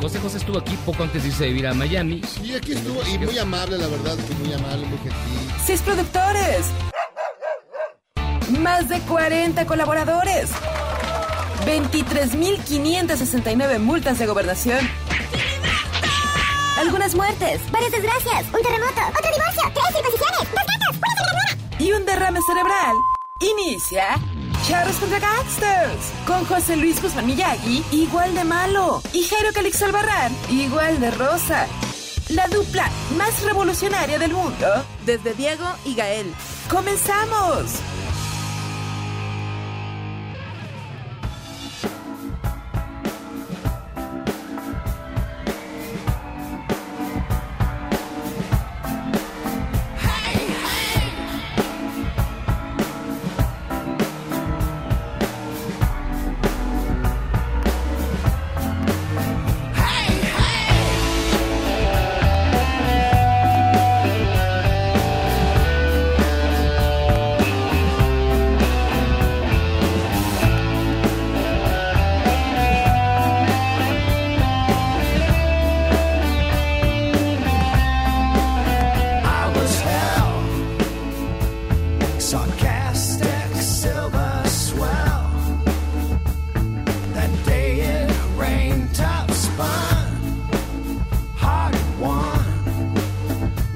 José José estuvo aquí poco antes de irse a vivir a Miami. Sí, aquí estuvo, y muy amable, la verdad, que muy amable, muy gentil. Seis productores. Más de 40 colaboradores. 23.569 multas de gobernación. Algunas muertes Varias desgracias, un terremoto, otro divorcio, tres circuncisiones, dos gatos, una sangradura. y un derrame cerebral. Inicia Charros contra Gangsters con José Luis Guzmán Miyagi, igual de malo, y Jairo Calix Albarrán, igual de rosa. La dupla más revolucionaria del mundo. Desde Diego y Gael. ¡Comenzamos! I was hell, sarcastic silver swell. That day it rained, top spun, heart won.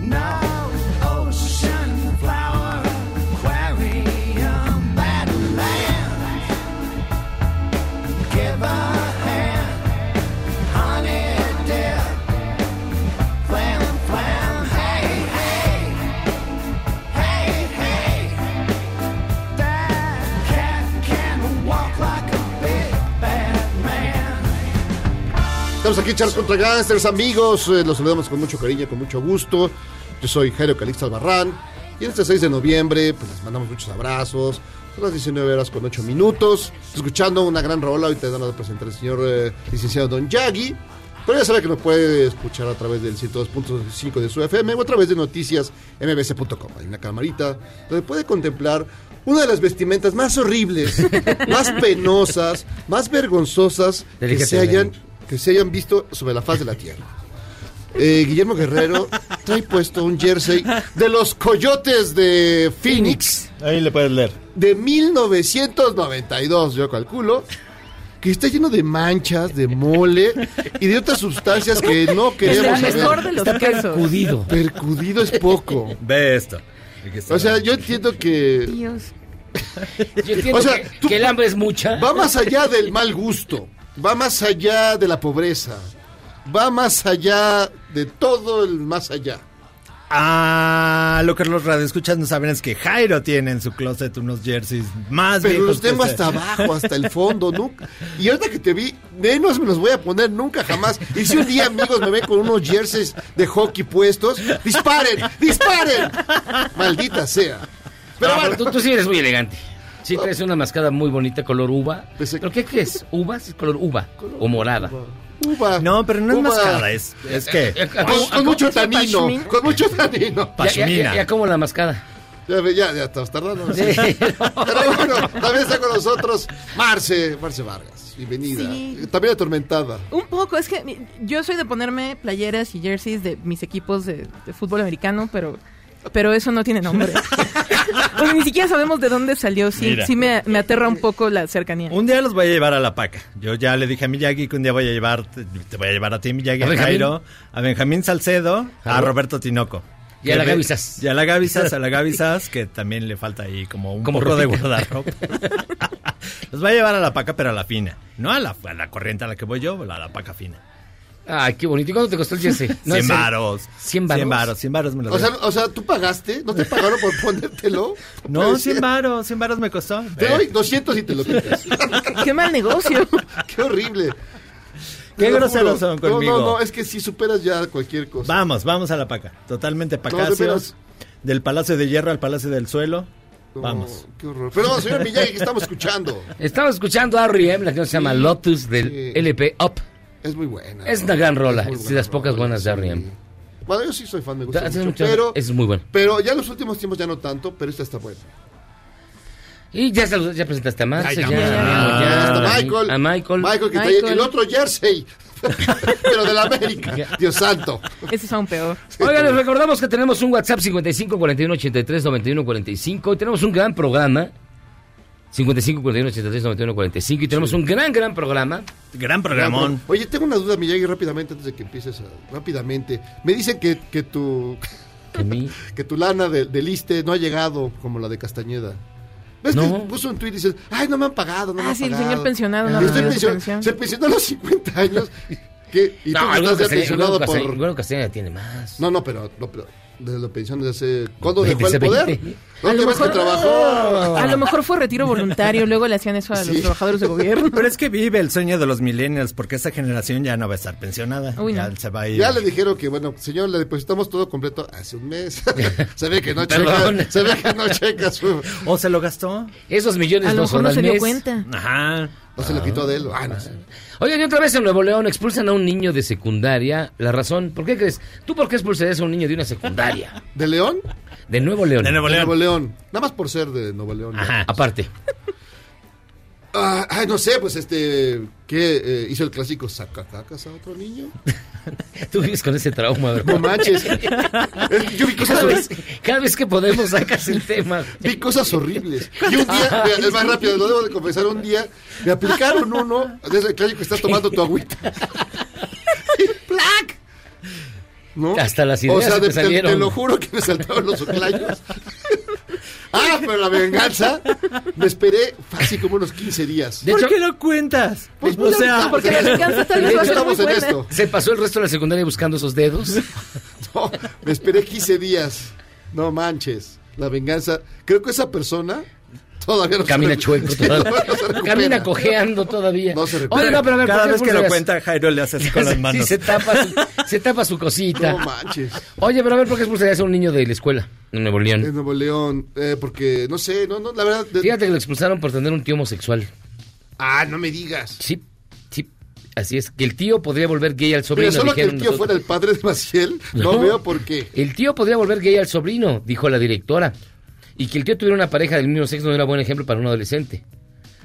Now ocean flower, aquarium, badland. Give a hand, honey dear. Flam, flam, hey, hey, hey, hey. That cat can walk like a big bad man. Estamos aquí, Charles contra Gangsters, amigos. eh, los saludamos con mucho cariño, con mucho gusto. Yo soy Jairo Calixto Albarrán. Y en este 6 de noviembre, pues les mandamos muchos abrazos. Son las 19 horas con 8 minutos. Escuchando una gran rola, ahorita van a presentar al señor eh, licenciado Don Yagi. Pero ya sabe que lo puede escuchar a través del 102.5 de su FM o a través de noticiasmbc.com. Hay una camarita donde puede contemplar una de las vestimentas más horribles, más penosas, más vergonzosas Del que que se te hayan ven. que se hayan visto sobre la faz de la tierra. Eh, Guillermo Guerrero trae puesto un jersey de los Coyotes de Phoenix Ahí le puedes leer. de 1992, yo calculo, que está lleno de manchas, de mole y de otras sustancias que no queremos El mejor saber. de los Está quesos. percudido. Percudido es poco. Ve esto. Aquí está. O sea, yo entiendo que Dios. Yo entiendo O sea, que, tú- que el hambre es mucha. va más allá del mal gusto, va más allá de la pobreza, va más allá de todo el más allá. Ah, lo que los radioescuchas no saben es que Jairo tiene en su closet unos jerseys más Pero viejos los tengo que este. hasta abajo, hasta el fondo, nunca. Y ahorita que te vi, menos me los voy a poner nunca jamás. Y si un día amigos me ven con unos jerseys de hockey puestos, disparen, disparen. Maldita sea. Pero No, bueno, tú, tú sí eres muy elegante. Sí traes una mascada muy bonita color uva. Pensé- ¿Pero qué, qué es? ¿Uvas? Color uva o morada. Pues, eh, Eh, uva. No, pero no es uva. mascada, es, es que Ya- Con, con mucho tanino, con mucho tanino. Ya, ya, pashmina. ya como la mascada. Ya, ve, ya, ya estamos tardando. Pero bueno, también está con nosotros Marce, Marce Vargas. Bienvenida. Sí. También atormentada. Un poco, es que mi- yo soy de ponerme playeras y jerseys de mis equipos de, de fútbol americano, pero, pero eso no tiene nombre. Porque ni siquiera sabemos de dónde salió. Sí, Mira. sí me, me aterra un poco la cercanía. un día los voy a llevar a la paca. Yo ya le dije a Miyagi que un día voy a llevar, te, te voy a llevar a ti, Miyagi, ¿A a, Benjamín? Jairo, a Benjamín Salcedo, a Claro. Roberto Tinoco. Y a la Que ve- Gaby Sass. Y a la Gavisas, a la Gavisas, que también le falta ahí como un Como poco de ropita. guardarropa. los voy a llevar a la paca, pero a la fina. No a la, a la corriente a la que voy yo, a la paca fina. Ay, qué bonito. ¿Y cuánto te costó el jersey? No, en Cien serio. varos. ¿Cien varos? Cien varos, cien varos me los O sea, doy. o sea, ¿tú pagaste? ¿No te pagaron por ponértelo? Pues, No, cien varos, cien varos me costó. Te Eh, doy 200 y te lo quitas. Qué mal negocio. Qué horrible. Qué Te lo groseros juro. son No, conmigo. No, no, es que si superas ya cualquier cosa. Vamos, vamos a la paca. Totalmente veras. pacacios. del Palacio de Hierro al Palacio del Suelo. No, Vamos. Qué horror. Pero no, señor Miyagi, que estamos escuchando. Estamos escuchando a R.E.M., la canción se llama Lotus del sí. LP Up. Es muy buena. Es una gran rola, muy es de buena las pocas buenas de sí. R.E.M.. Bueno, yo sí soy fan, me gusta Hace mucho, mucho- pero, es muy bueno. pero ya en los últimos tiempos ya no tanto, pero esta está buena. Y ya, salud- ya presentaste a Max, Ay, ya, ya, ya, ya, ya. Ya está a- Michael. a Michael. Michael que trae Michael. el otro jersey. pero de la América. Dios santo. Ese son peor. Oigan, les recordamos que tenemos un WhatsApp 55 41 83 91 45 y tenemos un gran programa. 55 41 83 91 45 y tenemos un gran, gran programa. Gran programón. Oye, tengo una duda, Miyagi, rápidamente, antes de que empieces. a- rápidamente. Me dicen que, que tu Que mi- que tu lana de, de Liste no ha llegado como la de Castañeda. ¿Ves No. que puso un tuit y dices, ay, no me han pagado, no Ah, me han sí, el pagado"? señor pensionado no ha Y estoy recibido su pension- pensión. Se pensionó a los 50 años. ¿Qué? Y tú No, Eduardo que estás ya Castañeda- pensionado Eduardo Castañeda- por... Eduardo Castañeda tiene más. No, no, pero, no, pero desde la pensión desde hace... ¿Cuándo dejó el 20, poder? 20. ¿No te ves que trabajó? A lo mejor fue retiro voluntario, luego le hacían eso a los Sí. trabajadores de gobierno. Pero es que vive el sueño de los millennials, porque esa generación ya no va a estar pensionada. Uy, ya no. se va a ir. Ya le dijeron que, bueno, señor, le depositamos todo completo hace un mes. se ve que no Perdón. checa, se ve que no checa su... ¿O se lo gastó? Esos millones A lo no mejor son no al se dio mes. cuenta. Ajá. Ah, No se lo quitó de él. Ah, no sé. Oigan, y otra vez en Nuevo León expulsan a un niño de secundaria. La razón, ¿por qué crees? ¿Tú por qué expulsarías a un niño de una secundaria? ¿De León? De Nuevo León. De Nuevo De Nuevo León. León. Nada más por ser de Nuevo León. ¿no? Ajá, aparte. Ah, ay, no sé, pues este. ¿Qué eh, hizo el clásico? ¿Sacacacas a otro niño? Tú vives con ese trauma, No ¿verdad? manches. Es que Yo vi cosas, Cada vez, horri- cada vez que podemos sacas el tema. vi cosas horribles. Y un día, mira, es más rápido, lo debo de confesar. Un día me aplicaron uno. Es el clásico, estás tomando tu agüita. ¡Plac! ¿No? Hasta las ideas O sea, se de- te te, salieron. te lo juro que me saltaron los oclayos. ah, pero la venganza. Me esperé fácil como unos 15 días. De ¿Por hecho, qué lo cuentas? Pues, o sea, Porque la venganza tal De vez va hecho, a ser muy estamos en buena. esto. se pasó el resto de la secundaria buscando esos dedos. No, me esperé 15 días. No manches. La venganza. Creo que esa persona todavía no se Camina recu- chueco Sí, todavía. todavía no se recupera. Camina cojeando todavía. No se recupera. Oye, no, pero a ver, ¿por cada qué vez que lo pulseras? cuenta, Jairo le hace así con las Sí, manos. se tapa su, se tapa su cosita. No manches. Oye, pero a ver, ¿por qué expulsarías a un niño de la escuela en Nuevo En León? Nuevo León. eh, porque, no sé, no, no, la verdad. de- Fíjate que lo expulsaron por tener un tío homosexual. Ah, no me digas. Sí, sí. Así es, que el tío podría volver gay al sobrino. Pero solo que el tío dijeron fuera nosotros. el padre de Maciel, no, No. veo por qué. El tío podría volver gay al sobrino, dijo la directora. Y que el tío tuviera una pareja del mismo sexo no era buen ejemplo para un adolescente.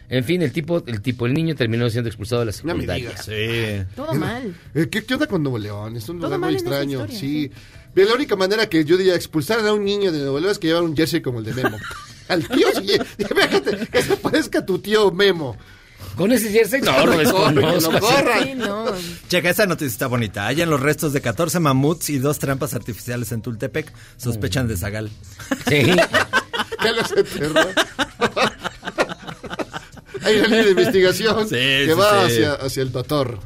En fin, el tipo, el tipo, el niño terminó siendo expulsado de la No me secundaria. digas. Sí. Todo mal. Eh, ¿Qué, qué onda con Nuevo León? Es un Todo lugar mal muy en esa extraño. historia, sí. Mira, la única manera que yo diría expulsar a un niño de Nuevo León es que llevar un jersey como el de Memo. Al tío, sí, fíjate, que se parezca a tu tío Memo. Con ese jersey, no, lo desconozco. Que lo corran. Sí, no. Checa, esta noticia está bonita. Hallan los restos de 14 mamuts y dos trampas artificiales en Tultepec. Sospechan de Zagal. Sí. Ya los enterró. Hay una línea de investigación Sí, que sí, va sí. Hacia, hacia el doctor.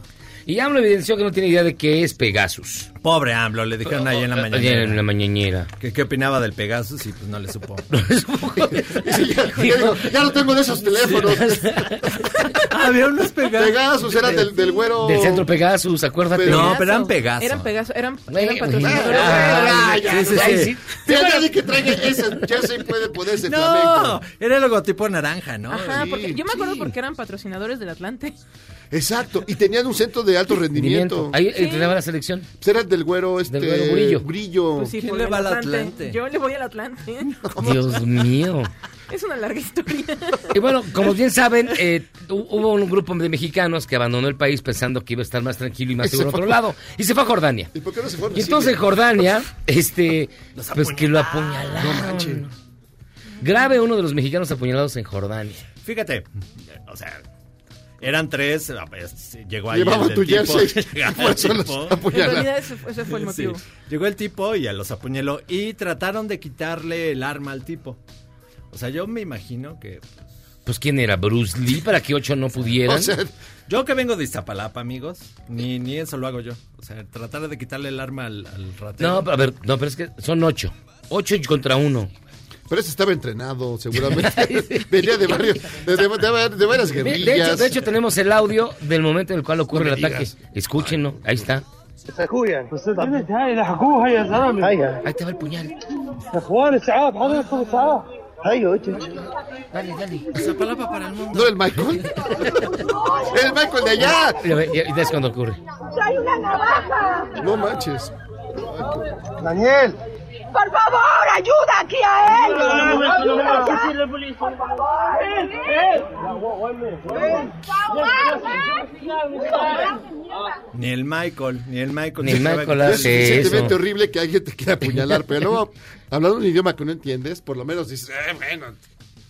Y AMLO evidenció que no tiene idea de qué es Pegasus. Pobre AMLO, le dijeron ahí en la Ayer en la mañana. mañanera. Que qué opinaba del Pegasus y pues no le supo. Sí, ya, ya digo, ya no tengo de esos teléfonos. Había unos Pegasus. Pegasus era del, del güero. Del centro Pegasus, acuérdate. No, Pegaso. pero eran Pegaso. Eran Pegaso, eran, Ay, eran patrocinadores. Ah, ya, Sí, sí, ay, sí. Ya nadie que traiga ese jersey puede ponerse No, flamenco. era el logotipo naranja, ¿no? Ajá, Sí, porque yo me acuerdo sí. porque eran patrocinadores del Atlante. Exacto. Y tenían un centro de alto rendimiento. Rendimiento. Ahí eh, entrenaba la selección. Pues Era el del güero este. Del güero Grillo. Grillo. Pues sí, ¿Quién por le el va al Atlante? Yo le voy al Atlante. Dios mío. Es una larga historia. Y bueno, como bien saben, eh, hu- hubo un grupo de mexicanos que abandonó el país pensando que iba a estar más tranquilo y más Y se seguro en fue. otro lado. Y se fue a Jordania. ¿Y por qué no se fueron? Y entonces en Jordania, este, Los pues que lo apuñalaron. Grave uno de los mexicanos apuñalados en Jordania. Fíjate, o sea, eran tres, ah, pues, llegó ahí Llevaban el tu del tipo, jersey. llegaba el Por eso los tipo, En apuñalaron. realidad ese, fue- ese fue el sí, motivo. Llegó el tipo y ya los apuñaló y trataron de quitarle el arma al tipo. O sea, yo me imagino que... Pues quién era, Bruce Lee, para que ocho no pudieran. O sea, Yo que vengo de Iztapalapa, amigos, ni, ni eso lo hago yo. O sea, tratar de quitarle el arma al, al ratero. no, pero a ver, no, pero es que son ocho. Ocho contra uno. Pero ese estaba entrenado, seguramente. Venía de varios, de, de- de- de varias Mire, guerrillas. De hecho, de hecho, tenemos el audio del momento en el cual ocurre No me el ataque. digas. Escúchenlo, ahí está. اخويا هاي لحقوها يا زلمه هيا Ahí te va el puñal. اخوان اسعاف حضرتكم اسعاف هيا اجي Dale, dale. ¿No era el Michael? ¡El Michael de allá! Ya ve, ya- ya es cuando ocurre. ¡Soy una navaja! No manches. دانيال ¡Por favor, ayuda aquí a él! ¡Ayuda ya! ¡Por favor! Ni el Michael, ni el Michael. Ni se el sabe Michael quitar Es hace el- suficientemente eso. horrible que alguien te quiera apuñalar, pero luego, hablando un idioma que no entiendes, por lo menos dices, eh, bueno.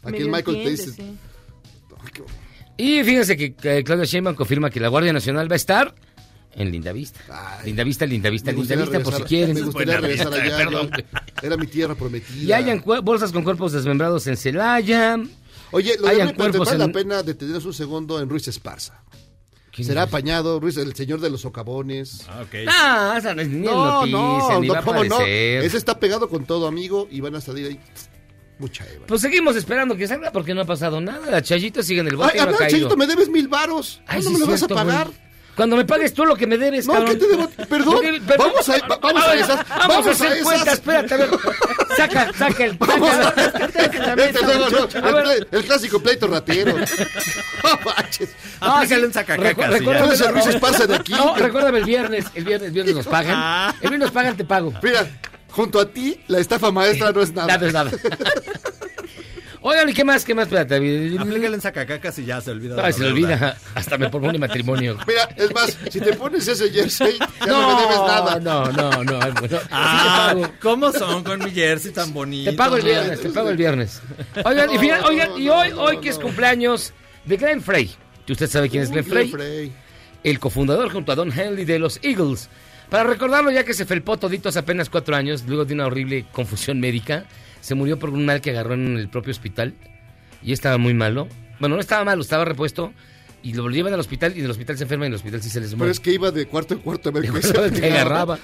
Aquí el Medio Michael te entiendes, dice, sí. "Ay, qué- Y fíjense que eh, Claudia Sheinbaum confirma que la Guardia Nacional va a estar en Lindavista. Ay. Lindavista, Lindavista, me gustaría Lindavista, por si regresar- Me quieren. gustaría Buena regresar vista, allá. perdón. yo- era mi tierra prometida. Y hayan cue- bolsas con cuerpos desmembrados en Celaya. Oye, lo de hayan Ruiz, pero te cuerpos vale en- la pena detenernos un segundo en Ruiz Esparza. ¿Quién Será es? apañado Ruiz, el señor de los socavones. Ah, ok. Ah, esa no es ni no, noticia, ni va a ¿cómo aparecer. Ese está pegado con todo, amigo, y van a salir ahí. Mucha Eva. Pues seguimos esperando que salga porque no ha pasado nada. La Chayito sigue en el bote Ay, y no ha hablando, caído. Chayito, me debes mil varos. Ay, ¿Cuándo sí me lo es cierto, vas a pagar? güey. Cuando me pagues tú lo que me debes, No, cabrón. ¿qué te debo? Perdón, Porque- vamos a- va- vamos a esas, Vamos, vamos a a hacer esas. cuentas, espérate, a ver. Saca, saca el... Vamos saca a- las cartas de la Este mesa, luego, no, muchacho. A el, ver, ple- el clásico pleito ratero. No manches. Ah, Aplícale sí. un sacacacas Recu- y ya. recuérdame- Puedes ser Luis Esparza de aquí. No, recuérdame el viernes. El viernes, viernes nos Ah. pagan. El viernes nos pagan, te pago. Mira, junto a ti, la estafa maestra no es nada. Nada, es nada. Oigan, ¿y qué más? ¿Qué más? Espérate. Aplícale en sacacacas y ya Ah, se olvida. de Ay, la se le deuda. olvida. Hasta me propone matrimonio. Mira, es más, si te pones ese jersey, ya no, me debes nada. no, no, no. ay, bueno, sí Ah, te pago. ¿cómo son con mi jersey tan bonito? Te pago el viernes, te pago el viernes. Oigan, y, fíjate, oigan, y hoy, hoy que es cumpleaños de Glenn Frey. Y Usted sabe quién es Glenn Frey, Frey. el cofundador junto a Don Henley de los Eagles. Para recordarlo, ya que se felpó todito hace apenas cuatro años, luego de una horrible confusión médica, se murió por un mal que agarró en el propio hospital y estaba muy malo. Bueno, no estaba malo, estaba repuesto y lo llevan al hospital y del hospital se enferma y en el hospital sí se les muere. Pero es que iba de cuarto en cuarto a ver qué se Te agarraba.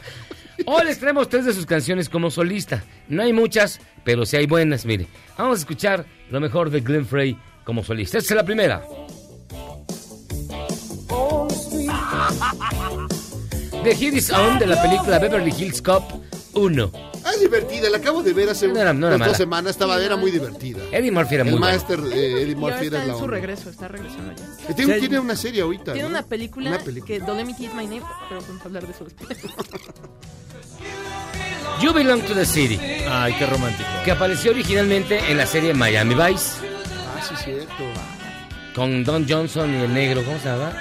Hoy les traemos tres de sus canciones como solista. No hay muchas, pero sí hay buenas, mire. Vamos a escuchar lo mejor de Glenn Frey como solista. Esta es la primera. The Hit is On de la película Beverly Hills Cop 1. Ah, divertida, la acabo de ver hace No era- no era unas mala. dos semanas, estaba, era muy divertida. Eddie Murphy era El muy bueno. master eh, Eddie Y ahora Murphy está era la en su onda. regreso, está regresando ya. Eh, Tiene, tiene una serie ahorita. Tiene ¿no? una película, Una película. que Don't Let Me Hit My Name, pero vamos a hablar de eso después. You Belong to the City, Ay, qué romántico. que apareció originalmente en la serie Miami Vice Ah, sí, cierto. con Don Johnson y el negro. ¿Cómo se llama?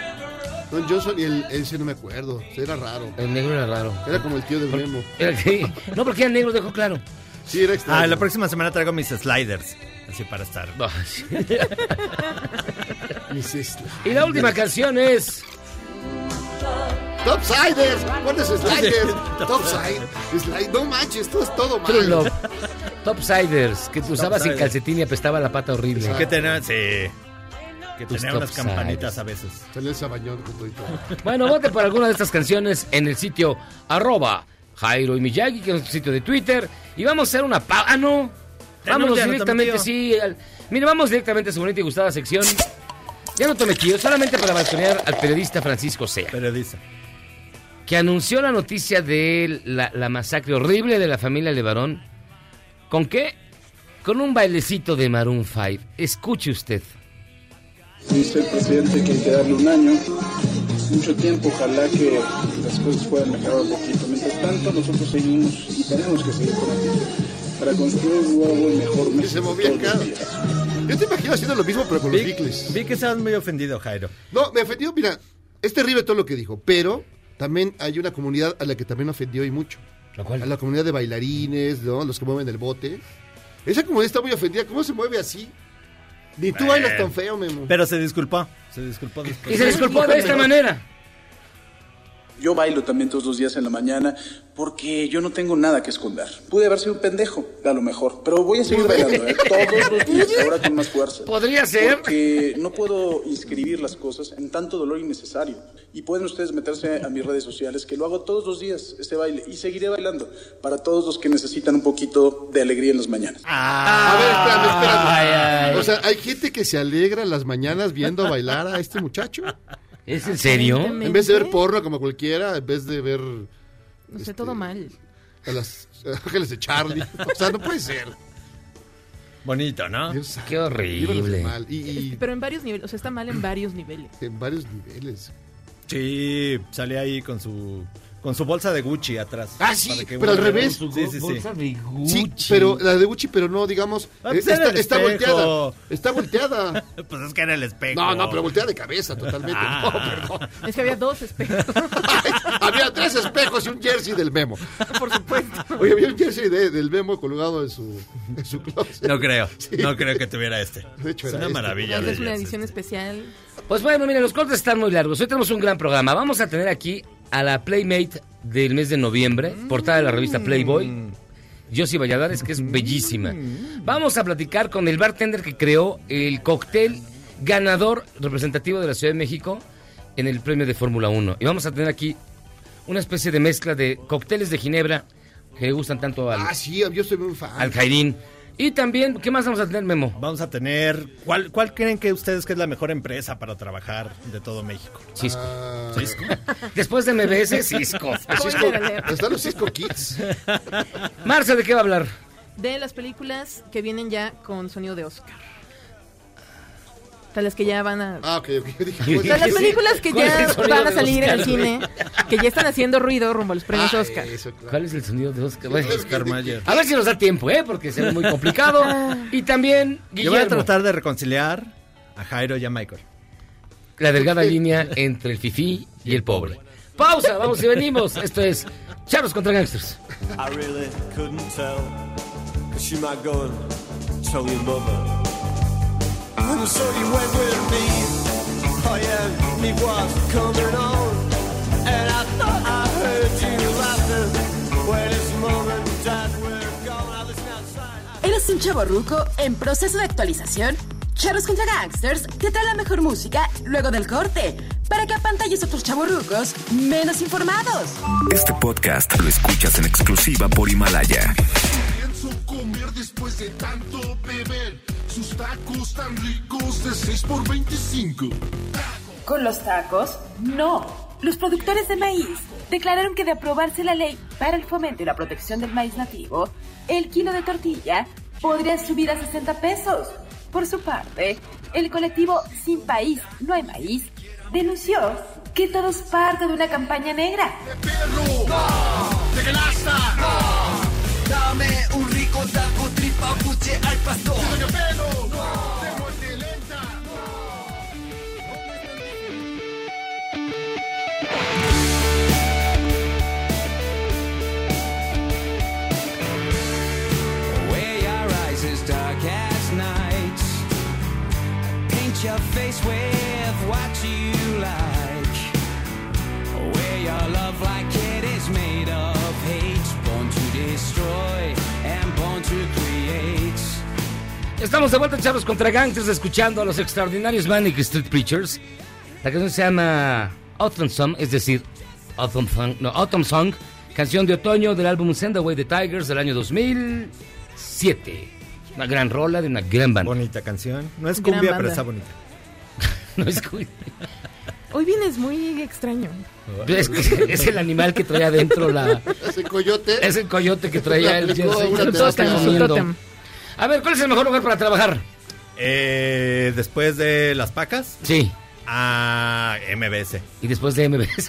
Don Johnson y el, ese no me acuerdo. Era raro. El negro era raro. Era como el tío de Memo. Era que- No, porque era negro, dejó claro. Sí, era extraño. Ah, la próxima semana traigo mis sliders. Así para estar. Ah, Mis islas. Y la última canción es. Topsiders. ¿Cuál es Sliders? Topside. Slide. No manches, esto es todo True mal. Love. Topsiders, que te usabas sin Topsiders. calcetín y apestaba la pata horrible. Que tenía, Ah, sí. eh, Que Tus tenía unas top campanitas sides. a veces. Salió el sabañón con todo y todo. Bueno, vote por alguna de estas canciones en el sitio arroba Jairo y Miyagi, que es nuestro sitio de Twitter. Y vamos a hacer una pausa. Ah, no. Ya Vámonos no, ya no directamente, tomé sí. al- Mire, vamos directamente a su bonita y gustada sección. Ya no tomé tío, solamente para balconear al periodista Francisco Sea, Periodista. que anunció la noticia de la, la masacre horrible de la familia Levarón. ¿Con qué? Con un bailecito de Maroon 5. Escuche usted. Dice el presidente que hay que darle un año, mucho tiempo, ojalá que las cosas puedan mejorar un poquito. Mientras tanto, nosotros seguimos y tenemos que seguir con esto para construir un nuevo y mejor Y México. se movía todos los acá. días. Yo te imagino haciendo lo mismo, pero con los Vi, bicles. vi que estabas muy ofendido, Jairo. No, me ofendió, mira, este es terrible todo lo que dijo, pero también hay una comunidad a la que también ofendió y mucho. ¿La cual? A la comunidad de bailarines, ¿no? Los que mueven el bote. Esa comunidad está muy ofendida, ¿cómo se mueve así? Ni tú Eh, bailas tan feo, Memo. Pues, Pero se disculpó. Se disculpó después. Y se disculpó de esta manera. Yo bailo también todos los días en la mañana porque yo no tengo nada que esconder. Pude haber sido un pendejo, a lo mejor, pero voy a seguir bailando ¿eh? todos los días, ahora con más fuerza. Podría ser. Porque no puedo inscribir las cosas en tanto dolor innecesario. Y pueden ustedes meterse a mis redes sociales, que lo hago todos los días, este baile, y seguiré bailando para todos los que necesitan un poquito de alegría en las mañanas. A ver, espérame, espérame. Ay, ay. ah, O sea, hay gente que se alegra las mañanas viendo bailar a este muchacho. ¿Es en serio? En vez de ver porno como cualquiera, en vez de ver No sé, todo mal. a las Este, ángeles de Charlie. O sea, no puede ser. Bonito, ¿no? Qué Llévalos horrible. mal. Y, y Pero en varios niveles, o sea, está mal en varios niveles. en varios niveles. Sí, sale ahí con su con su bolsa de Gucci atrás. Ah, sí, Para que pero al huela. revés. Sí, sí, sí. Sí, pero la de Gucci, pero no, digamos. Ah, eh, pues era está, el está espejo. volteada. Está volteada. Pues es que era el espejo. Ah. No, no, pero volteada de cabeza totalmente. No, perdón. Es que había dos espejos, Había tres espejos y un jersey del Memo. por supuesto. Oye, había un jersey de- del Memo colgado en su, en su closet. No creo, no creo que tuviera este. De hecho, es era una este. maravilla de Es una ellas, edición especial. Pues bueno, miren, los cortes están muy largos. Hoy tenemos un gran programa. Vamos a tener aquí a la Playmate del mes de noviembre, portada de la revista Playboy. Josie Valladares, que es bellísima. Vamos a platicar con el bartender que creó el cóctel ganador representativo de la Ciudad de México en el premio de Fórmula 1. Y vamos a tener aquí una especie de mezcla de cócteles de Ginebra que le gustan tanto al, Ah, sí, yo soy muy fan. al Jairín. Y también, ¿qué más vamos a tener, Memo? Vamos a tener. ¿cuál, ¿Cuál creen que ustedes que es la mejor empresa para trabajar de todo México? Cisco. Ah, Cisco. Después de MBS, Cisco. Cisco- Spoiler alert. están los Cisco Kids. Marce, ¿de qué va a hablar? De las películas que vienen ya con sonido de Oscar. Tales que ya van a. Ah, ok, ok. Yo dije, O sea, Pues, las sí. películas que ¿Cuál es el ya sonido van a de salir en el Oscar, cine, que ya están haciendo ruido rumbo a los premios Ah, Oscar. eso, claro. ¿Cuál es el sonido de Oscar? Bueno, Oscar Mayer. a ver si nos da tiempo, ¿eh? Porque se ve muy complicado. Y también, Yo voy a Guillermo, tratar de reconciliar a Jairo y a Michael. la delgada línea entre el fifí y el pobre. Pausa, vamos y venimos. Esto es Charlos contra Gangsters. I really couldn't tell. Cause she might go and tell your mother. And so you went with me. Oh yeah, me was coming on. And I thought I heard you laughing. When it's moment that we're gone, I listen outside. ¿Eres un chavo ruco en proceso de actualización? Charros contra Gangsters te trae la mejor música luego del corte para que apantalles a tus chavorrucos menos informados. Este podcast lo escuchas en exclusiva por Himalaya. pienso comer después de tanto beber. Sus tacos tan ricos de 6 por 25. ¿Con los tacos? No. Los productores de maíz declararon que de aprobarse la ley para el fomento y la protección del maíz nativo, el kilo de tortilla podría subir a 60 pesos. Por su parte, el colectivo Sin País No Hay Maíz denunció que todos parte de una campaña negra. ¡Perro! ¡No! ¡De canasta! ¡No! Dame un rico taco tripa buche al pastor. ¡Doña Pelo! ¡No! ¡De muerte lenta! Where your eyes is dark as night. Paint your face with what you like. Where your love like it is made of hate. Born to destroy and born to create. Estamos de vuelta en Charlos contra Gangsters, escuchando a los extraordinarios Manic Street Preachers. La canción se llama Autumn Song, es decir, Autumn Song, no, Autumn Song, canción de otoño del álbum Send Away the Tigers del año 2007. Una gran rola de una gran banda. Bonita canción. No es Gran cumbia, banda. pero está bonita. No es cu- Hoy vienes muy extraño. es, que es el animal que trae adentro la... Ese coyote. Es el coyote que traía el Aplicó jersey. una Lo está terapia. comiendo. Tótem. A ver, ¿cuál es el mejor lugar para trabajar? Eh, después de las pacas, Sí, a MBS. y después de MBS.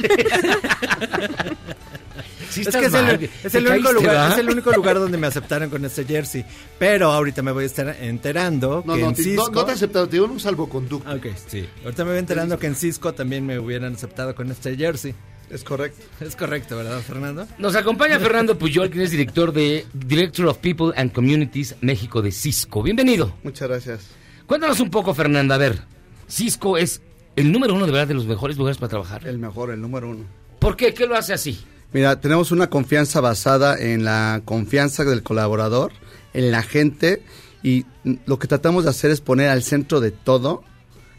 Sí Es estás que es mal. el, es el Te único caíste, lugar, ¿va? es el único lugar donde me aceptaron con este jersey. Pero ahorita me voy a estar enterando No, que no, en te- Cisco. no, no te aceptaron, te dieron un salvoconducto. Ah, ok, sí. Ahorita me voy enterando que en Cisco también me hubieran aceptado con este jersey. Es correcto. Es correcto, ¿verdad, Fernando? Nos acompaña Fernando Puyol, quien es director de Director of People and Communities México de Cisco. Bienvenido. Muchas gracias. Cuéntanos un poco, Fernando. A ver, Cisco es el número uno de verdad de los mejores lugares para trabajar. El mejor, el número uno. ¿Por qué? ¿Qué lo hace así? Mira, tenemos una confianza basada en la confianza del colaborador, en la gente, y lo que tratamos de hacer es poner al centro de todo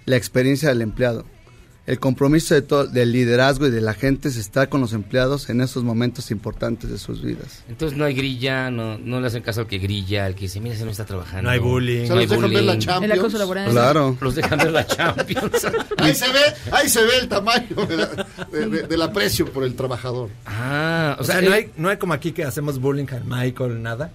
la experiencia del empleado. El compromiso de todo- del liderazgo y de la gente es estar con los empleados en esos momentos importantes de sus vidas. Entonces no hay grilla, no, no le hacen caso al que grilla, al que dice, mira, ese no está trabajando. No hay bullying. Se los dejan ver la Champions. El acoso laboral. Claro. Los dejan ver la Champions. Ahí se ve, ahí se ve el tamaño de la- de- de- del aprecio por el trabajador. Ah, o, sea, no, hay, no hay como aquí que hacemos bullying al Michael, nada.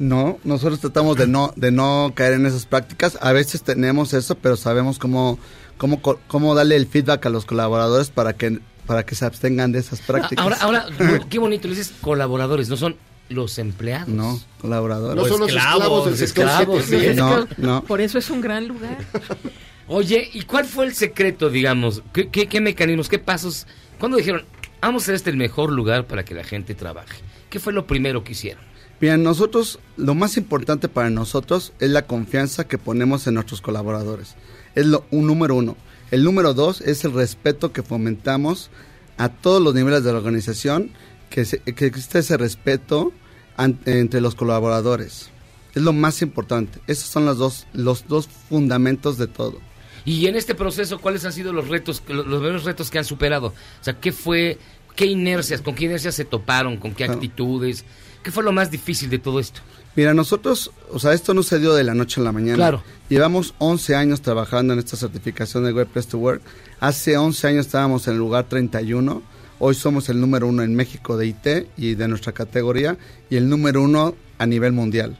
No, nosotros tratamos de no, de no caer en esas prácticas. A veces tenemos eso, pero sabemos cómo, cómo, co- cómo darle el feedback a los colaboradores para que, para que se abstengan de esas prácticas. Ahora, ahora, bu- qué bonito, le dices colaboradores, no son los empleados. No, colaboradores. No son los Esclavos, esclavos del los sector esclavos, siete, sí. No, no. Por eso es un gran lugar. Oye, ¿y cuál fue el secreto, digamos? ¿Qué, qué, qué mecanismos, qué pasos? ¿Cuándo dijeron, vamos a hacer este el mejor lugar para que la gente trabaje? ¿Qué fue lo primero que hicieron? Bien, nosotros, lo más importante para nosotros es la confianza que ponemos en nuestros colaboradores. Es lo un número uno. El número dos es el respeto que fomentamos a todos los niveles de la organización, que, se- que existe ese respeto an- entre los colaboradores. Es lo más importante. Esos son los dos, los dos fundamentos de todo. Y en este proceso, ¿cuáles han sido los retos, lo- los mayores retos que han superado? O sea, ¿qué fue, qué inercias, con qué inercias se toparon, con qué Claro. actitudes? ¿Qué fue lo más difícil de todo esto? Mira, nosotros, o sea, esto no se dio de la noche a la mañana. Claro. Llevamos 11 años trabajando en esta certificación de Web Press to Work. Hace 11 años estábamos en el lugar 31. Hoy somos el número uno en México de IT y de nuestra categoría y el número uno a nivel mundial.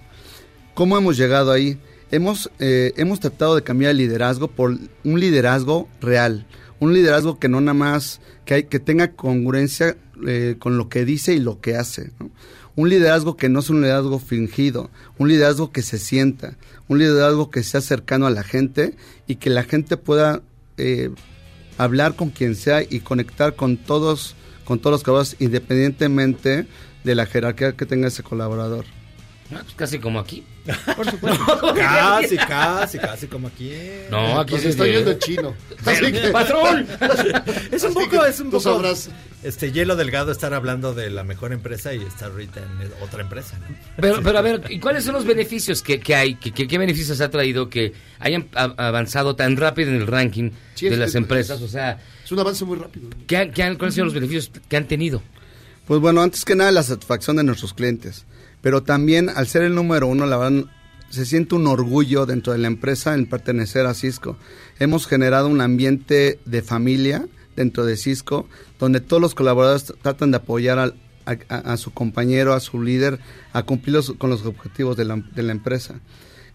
¿Cómo hemos llegado ahí? Hemos, eh, hemos tratado de cambiar el liderazgo por un liderazgo real. Un liderazgo que no nada más, que, hay, que tenga congruencia eh, con lo que dice y lo que hace. ¿no? Un liderazgo que no es un liderazgo fingido, un liderazgo que se sienta, un liderazgo que sea cercano a la gente y que la gente pueda eh, hablar con quien sea y conectar con todos, con todos los colaboradores independientemente de la jerarquía que tenga ese colaborador. Ah, pues casi como aquí. Por supuesto. Casi, casi, casi como aquí. No, aquí Nos se está de- yendo chino. Así que- ¡Patrón! Es un poco, es un tú poco. sabrás. Este hielo delgado estar hablando de la mejor empresa y estar ahorita en otra empresa. ¿no? Pero, pero a ver, ¿y cuáles son los beneficios que, que hay? Que, que- ¿Qué beneficios ha traído que hayan a- avanzado tan rápido en el ranking Sí, de es- pues, las es- empresas? O sea, Es un avance muy rápido. ¿qué han- qué han- ¿cuáles son los beneficios que han tenido? Pues bueno, antes que nada la satisfacción de nuestros clientes, pero también al ser el número uno, la verdad, se siente un orgullo dentro de la empresa en pertenecer a Cisco. Hemos generado un ambiente de familia dentro de Cisco, donde todos los colaboradores tr- tratan de apoyar al- a, a- a su compañero, a su líder, a cumplir los- con los objetivos de la- de la empresa.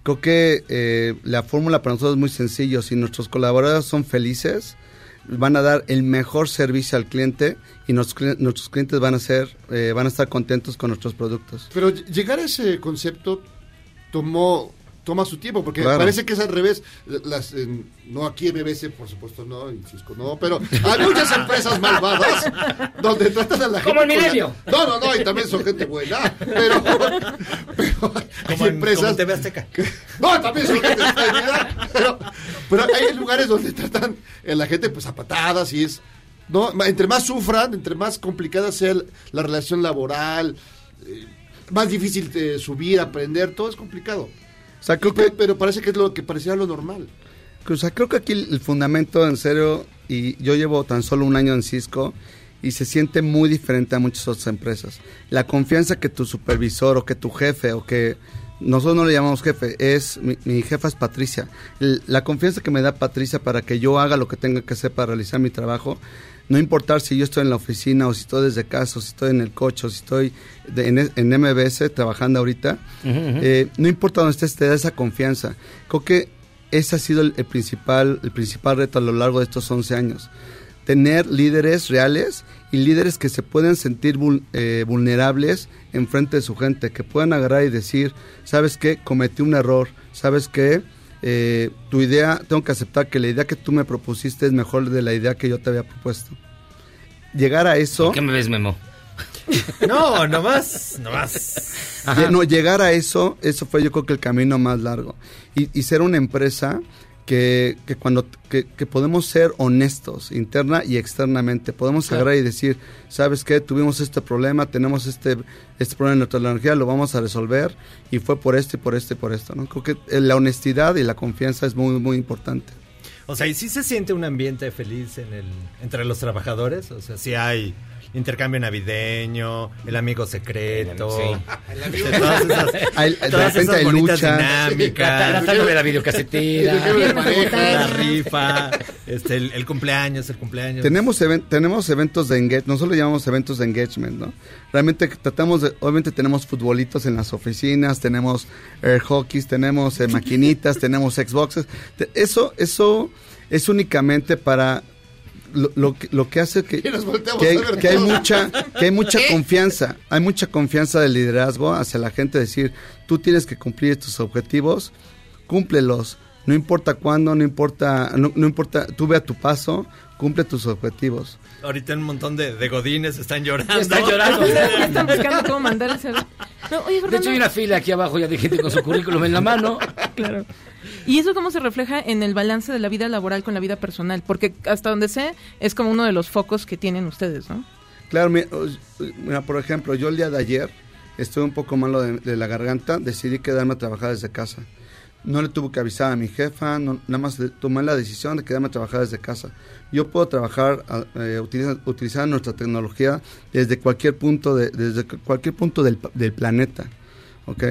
Creo que eh, la fórmula para nosotros es muy sencilla. Si nuestros colaboradores son felices, van a dar el mejor servicio al cliente y nos- nuestros clientes van a ser, eh, van a estar contentos con nuestros productos. Pero ll- llegar a ese concepto tomó toma su tiempo porque Claro. parece que es al revés Las, eh, no aquí en BBC por supuesto no en Cisco no pero hay muchas empresas malvadas donde tratan a la Como gente el con la- Milenio. no no no y también son gente buena Ah, pero, pero hay empresas que- no también son gente buena pero, pero hay lugares donde tratan a la gente pues a patadas y es no Ma- entre más sufran entre más complicada sea el- la relación laboral eh, más difícil eh, subir, aprender, todo es complicado. Y pe- Pero parece que es lo que parecía lo normal. O sea, creo que aquí el el fundamento, en serio, y yo llevo tan solo un año en Cisco y se siente muy diferente a muchas otras empresas. La confianza que tu supervisor o que tu jefe o que nosotros no le llamamos jefe, es mi, mi jefa es Patricia. El- la confianza que me da Patricia para que yo haga lo que tenga que hacer para realizar mi trabajo, no importar si yo estoy en la oficina o si estoy desde casa o si estoy en el coche o si estoy de- en, en MBS trabajando ahorita, eh, no importa dónde estés, te da esa confianza. Creo que ese ha sido el, el principal, el principal reto a lo largo de estos 11 años. Tener líderes reales y líderes que se pueden sentir vul- eh, vulnerables en frente de su gente, que puedan agarrar y decir, sabes qué, cometí un error, sabes qué, Eh, tu idea, tengo que aceptar que la idea que tú me propusiste es mejor de la idea que yo te había propuesto. Llegar a eso... ¿Qué me ves, Memo? No, nomás, nomás. Lle- No, llegar a eso, eso fue yo creo que el camino más largo. Y, y ser una empresa que, que cuando que, que podemos ser honestos interna y externamente podemos Claro. agarrar y decir sabes qué tuvimos este problema tenemos este este problema en nuestra energía lo vamos a resolver y fue por esto y por esto y por esto no creo que eh, la honestidad y la confianza es muy muy importante O sea, ¿y sí se siente un ambiente feliz en el, entre los trabajadores? O sea, si hay intercambio navideño, el amigo secreto, El amigo- o sea, todas esas, Hay- de todas repente esas hay bonitas lucha. dinámicas. La- la tarde de la videocasetera. El dueño de pareja. la rifa, este, el, el cumpleaños, el cumpleaños. Tenemos, even- tenemos eventos de engagement, nosotros le llamamos eventos de engagement, ¿no? Realmente que tratamos de, obviamente tenemos futbolitos en las oficinas, tenemos air hockeys, tenemos eh, maquinitas, tenemos Xboxes. Te- Eso, eso es únicamente para lo, lo que- lo que hace que, Y nos volteamos que hay, a ver que hay todos. mucha, que hay mucha ¿Eh? confianza, hay mucha confianza del liderazgo hacia la gente, decir, tú tienes que cumplir tus objetivos, cúmplelos. No importa cuándo, no importa, no, no importa, tú ve a tu paso, cumple tus objetivos. Ahorita un montón de, de godines están llorando. Están llorando. Ya están buscando cómo mandar el CV. No, oye, De hecho, Fernando, hay una fila aquí abajo ya de gente con su currículum en la mano. Claro. ¿Y eso cómo se refleja en el balance de la vida laboral con la vida personal? Porque hasta donde sé, es como uno de los focos que tienen ustedes, ¿no? Claro, mi- os- mira, por ejemplo, yo el día de ayer estuve un poco malo de, de la garganta, decidí quedarme a trabajar desde casa. No le tuve que avisar a mi jefa, no- nada más le- tomé la decisión de quedarme a trabajar desde casa. Yo puedo trabajar a- eh, utiliza- utilizar, nuestra tecnología desde cualquier punto, de- desde cu- cualquier punto del, pa- del planeta. ¿ok?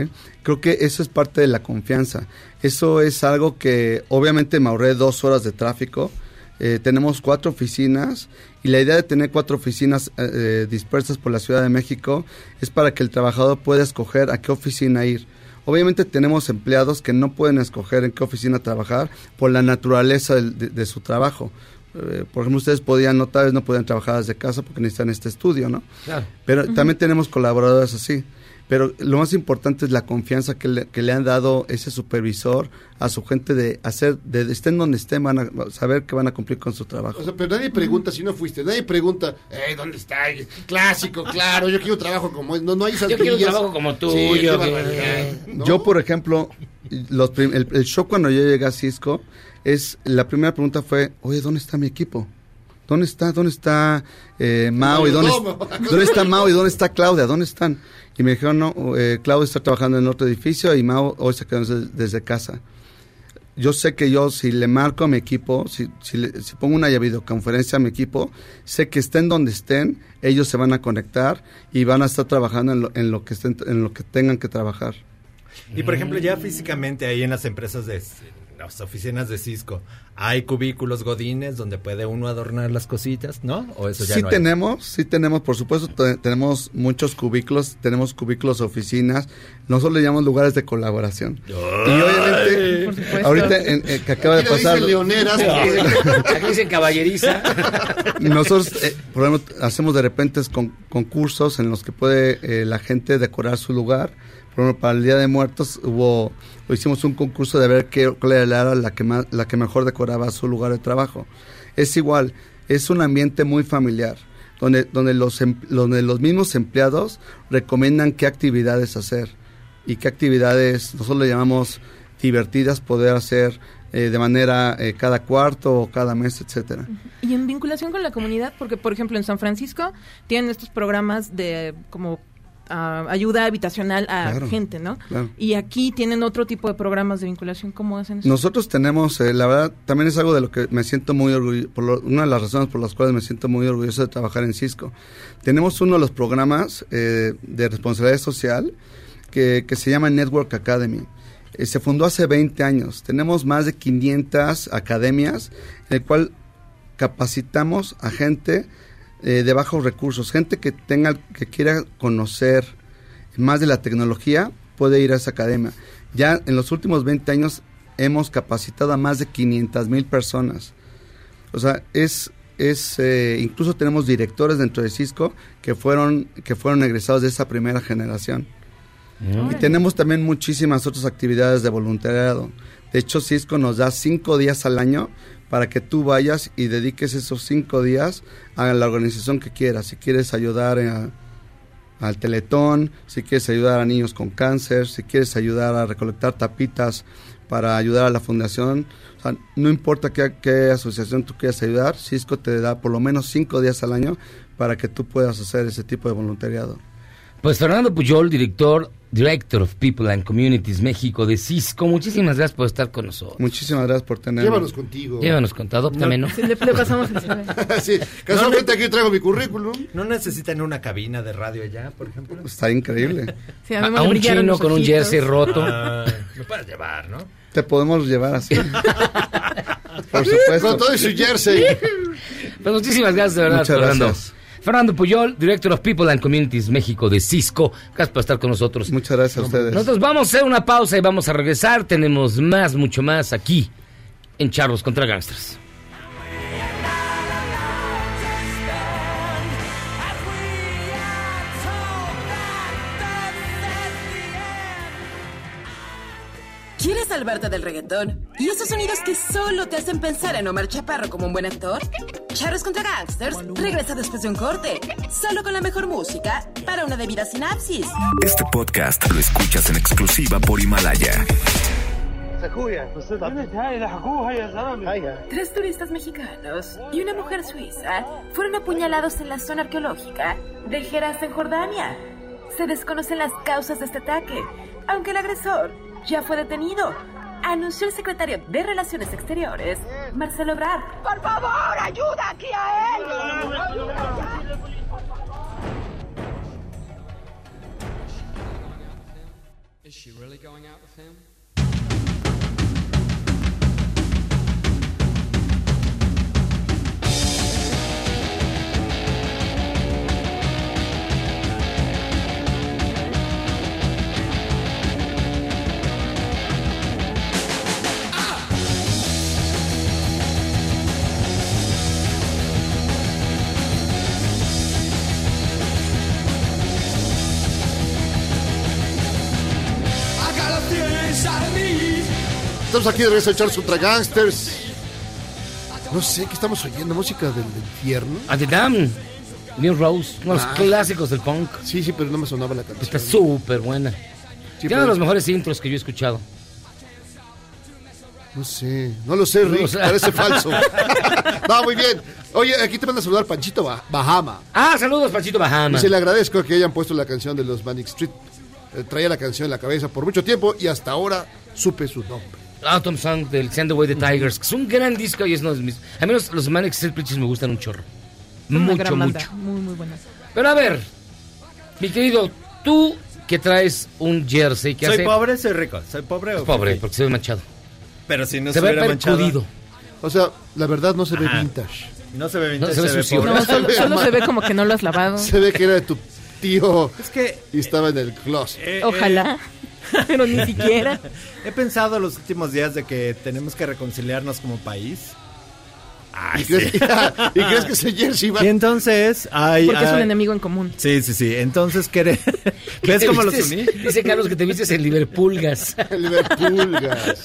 Creo que eso es parte de la confianza. Eso es algo que obviamente me ahorré dos horas de tráfico. Eh, tenemos cuatro oficinas y la idea de tener cuatro oficinas eh, eh, dispersas por la Ciudad de México es para que el trabajador pueda escoger a qué oficina ir. Obviamente tenemos empleados que no pueden escoger en qué oficina trabajar por la naturaleza del- de, de su trabajo. Eh, por ejemplo, ustedes podían, no, tal vez no podían trabajar desde casa porque necesitan este estudio, ¿no? Claro. Pero Ujú. también tenemos colaboradores así. Pero lo más importante es la confianza que le, que le han dado ese supervisor a su gente de hacer, de, de estén donde estén, van a saber que van a cumplir con su trabajo. O sea, pero nadie pregunta si no fuiste, nadie pregunta, eh, ¿dónde está? Clásico, claro, yo quiero trabajo como es. No, no hay Yo quiero un santillas. trabajo como Sí, qué tuyo. que- barbaridad. Yo, por ejemplo, los prim- el, el shock cuando yo llegué a Cisco es, la primera pregunta fue, oye, ¿dónde está mi equipo? ¿Dónde está, dónde está eh, Mao y dónde, Mayordomo. dónde está Mao y dónde está Claudia? ¿Dónde están? Y me dijeron, no, eh, Claudia está trabajando en otro edificio y Mao hoy se quedó desde- desde casa. yo sé que yo si le marco a mi equipo, si, si, le- si pongo una videoconferencia a mi equipo, sé que estén donde estén, ellos se van a conectar y van a estar trabajando en lo, en lo que estén, en lo que tengan que trabajar. Y por ejemplo, ya físicamente ahí en las empresas de en las oficinas de Cisco, hay cubículos godines donde puede uno adornar las cositas, ¿no? O eso ya sí no hay. tenemos, sí tenemos, por supuesto, te- tenemos muchos cubículos, tenemos cubículos oficinas, nosotros le llamamos lugares de colaboración. Y obviamente, Por supuesto. ahorita en- en- que acaba de Aquí lo pasar... dicen leoneras. Aquí dicen caballeriza. Nosotros, eh, por ejemplo, hacemos de repente con- concursos en los que puede eh, la gente decorar su lugar. Por ejemplo, para el Día de Muertos hubo, o hicimos un concurso de ver qué, cuál era la que, más, la que mejor decoraba su lugar de trabajo. Es igual, es un ambiente muy familiar, donde, donde, los, em- donde los mismos empleados recomiendan qué actividades hacer y qué actividades nosotros le llamamos divertidas poder hacer eh, de manera eh, cada cuarto o cada mes, etcétera. Y en vinculación con la comunidad, porque por ejemplo en San Francisco tienen estos programas de como ah, ayuda habitacional a Claro, gente, ¿no? claro. Y aquí tienen otro tipo de programas de vinculación. ¿Cómo hacen eso? Nosotros tenemos, eh, la verdad, también es algo de lo que me siento muy orgulloso, una de las razones por las cuales me siento muy orgulloso de trabajar en Cisco. Tenemos uno de los programas eh, de responsabilidad social que, que se llama Network Academy. Eh, se fundó hace 20 años. Tenemos más de 500 academias en el cual capacitamos a gente eh, de bajos recursos, gente que tenga, que quiera conocer más de la tecnología, puede ir a esa academia. Ya en los últimos 20 años hemos capacitado a más de 500 mil personas. O sea, es, es eh, incluso tenemos directores dentro de Cisco que fueron, que fueron egresados de esa primera generación. Y tenemos también muchísimas otras actividades de voluntariado. De hecho, Cisco nos da cinco días al año para que tú vayas y dediques esos cinco días a la organización que quieras. Si quieres ayudar a- al Teletón, si quieres ayudar a niños con cáncer, si quieres ayudar a recolectar tapitas para ayudar a la fundación. O sea, no importa qué, qué asociación tú quieras ayudar, Cisco te da por lo menos cinco días al año para que tú puedas hacer ese tipo de voluntariado. Pues Fernando Puyol, director, Director of People and Communities México de Cisco, muchísimas gracias por estar con nosotros. Muchísimas gracias por tenerme. Llévanos contigo. Llévanos con, adóptame, ¿no? Sí, le, le pasamos el CV. sí, casualmente aquí traigo mi currículum. ¿No necesitan una cabina de radio ya, por ejemplo? Está increíble. Sí, a, mí me a un brillaron chino los con un ojitos. jersey roto. Ah, lo puedes llevar, ¿no? Te podemos llevar así. por supuesto. Con todo y su jersey. Pues muchísimas gracias de verdad, Muchas Fernando. gracias. Fernando Puyol, Director of People and Communities México de Cisco, gracias por estar con nosotros. Muchas gracias a ustedes. Nosotros vamos a hacer una pausa y vamos a regresar. Tenemos más, mucho más aquí en Charlos contra Gangsters. ¿Quieres salvarte del reggaetón? ¿Y esos sonidos que solo te hacen pensar en Omar Chaparro como un buen actor? Charros contra Gangsters regresa después de un corte, solo con la mejor música para una debida sinapsis. Este podcast lo escuchas en exclusiva por Himalaya. اخويا بنت هاي لحقوها يا زلمه Tres turistas mexicanos y una mujer suiza fueron apuñalados en la zona arqueológica de Herat en Jordania. Se desconocen las causas de este ataque, aunque el agresor ya fue detenido, anunció el secretario de Relaciones Exteriores, Marcelo Ebrard. Por favor, ayuda aquí a él. Ayuda ya. Is she really going out with him? I got a feeling inside of me. Estamos aquí de regreso a Charles contra Gangsters. No sé, ¿qué estamos oyendo? ¿Música del infierno? A The Dam, New Rose, unos Ah. clásicos del punk. Sí, sí, pero no me sonaba la canción. Está súper buena. Tiene uno pero- de los mejores intros que yo he escuchado. No sé, no lo sé, No Rick, lo sé. parece falso. no, muy bien. Oye, aquí te manda a saludar Panchito Ba- Bahama. Ah, saludos, Panchito Bahama. Y se le agradezco que hayan puesto la canción de los Manic Street. Eh, traía la canción en la cabeza por mucho tiempo y hasta ahora supe su nombre. Atom Ah, Song del Send Away the Tigers, que es un gran disco y es uno de mis. A menos los Manic Street Preachers me gustan un chorro. Una Mucho, gran banda, mucho. Muy, muy buena. Pero a ver, mi querido, tú que traes un jersey que Soy hace. pobre, soy rico. Soy pobre o Es pobre, feliz? porque se ve manchado. Pero si no se se, ve hubiera manchado. percudido. O sea, la verdad no se ve Ajá. vintage. No se ve No vintage, se ve se, sucio. ve pobre. No, solo, solo se ve como que no lo has lavado. Se ve que era de tu tío Es que y estaba en el closet. eh, Ojalá. eh, Pero ni siquiera. he pensado los últimos días de que tenemos que reconciliarnos como país. ¿Y crees, y crees que ese jersey va Y entonces, ay, Porque es un ay, enemigo en común. Sí, sí, sí. Entonces, ¿qué eres? ¿ves Te cómo los vistes- uní? Dice Carlos que te vistes en Liverpoolgas. el Liverpool, gas?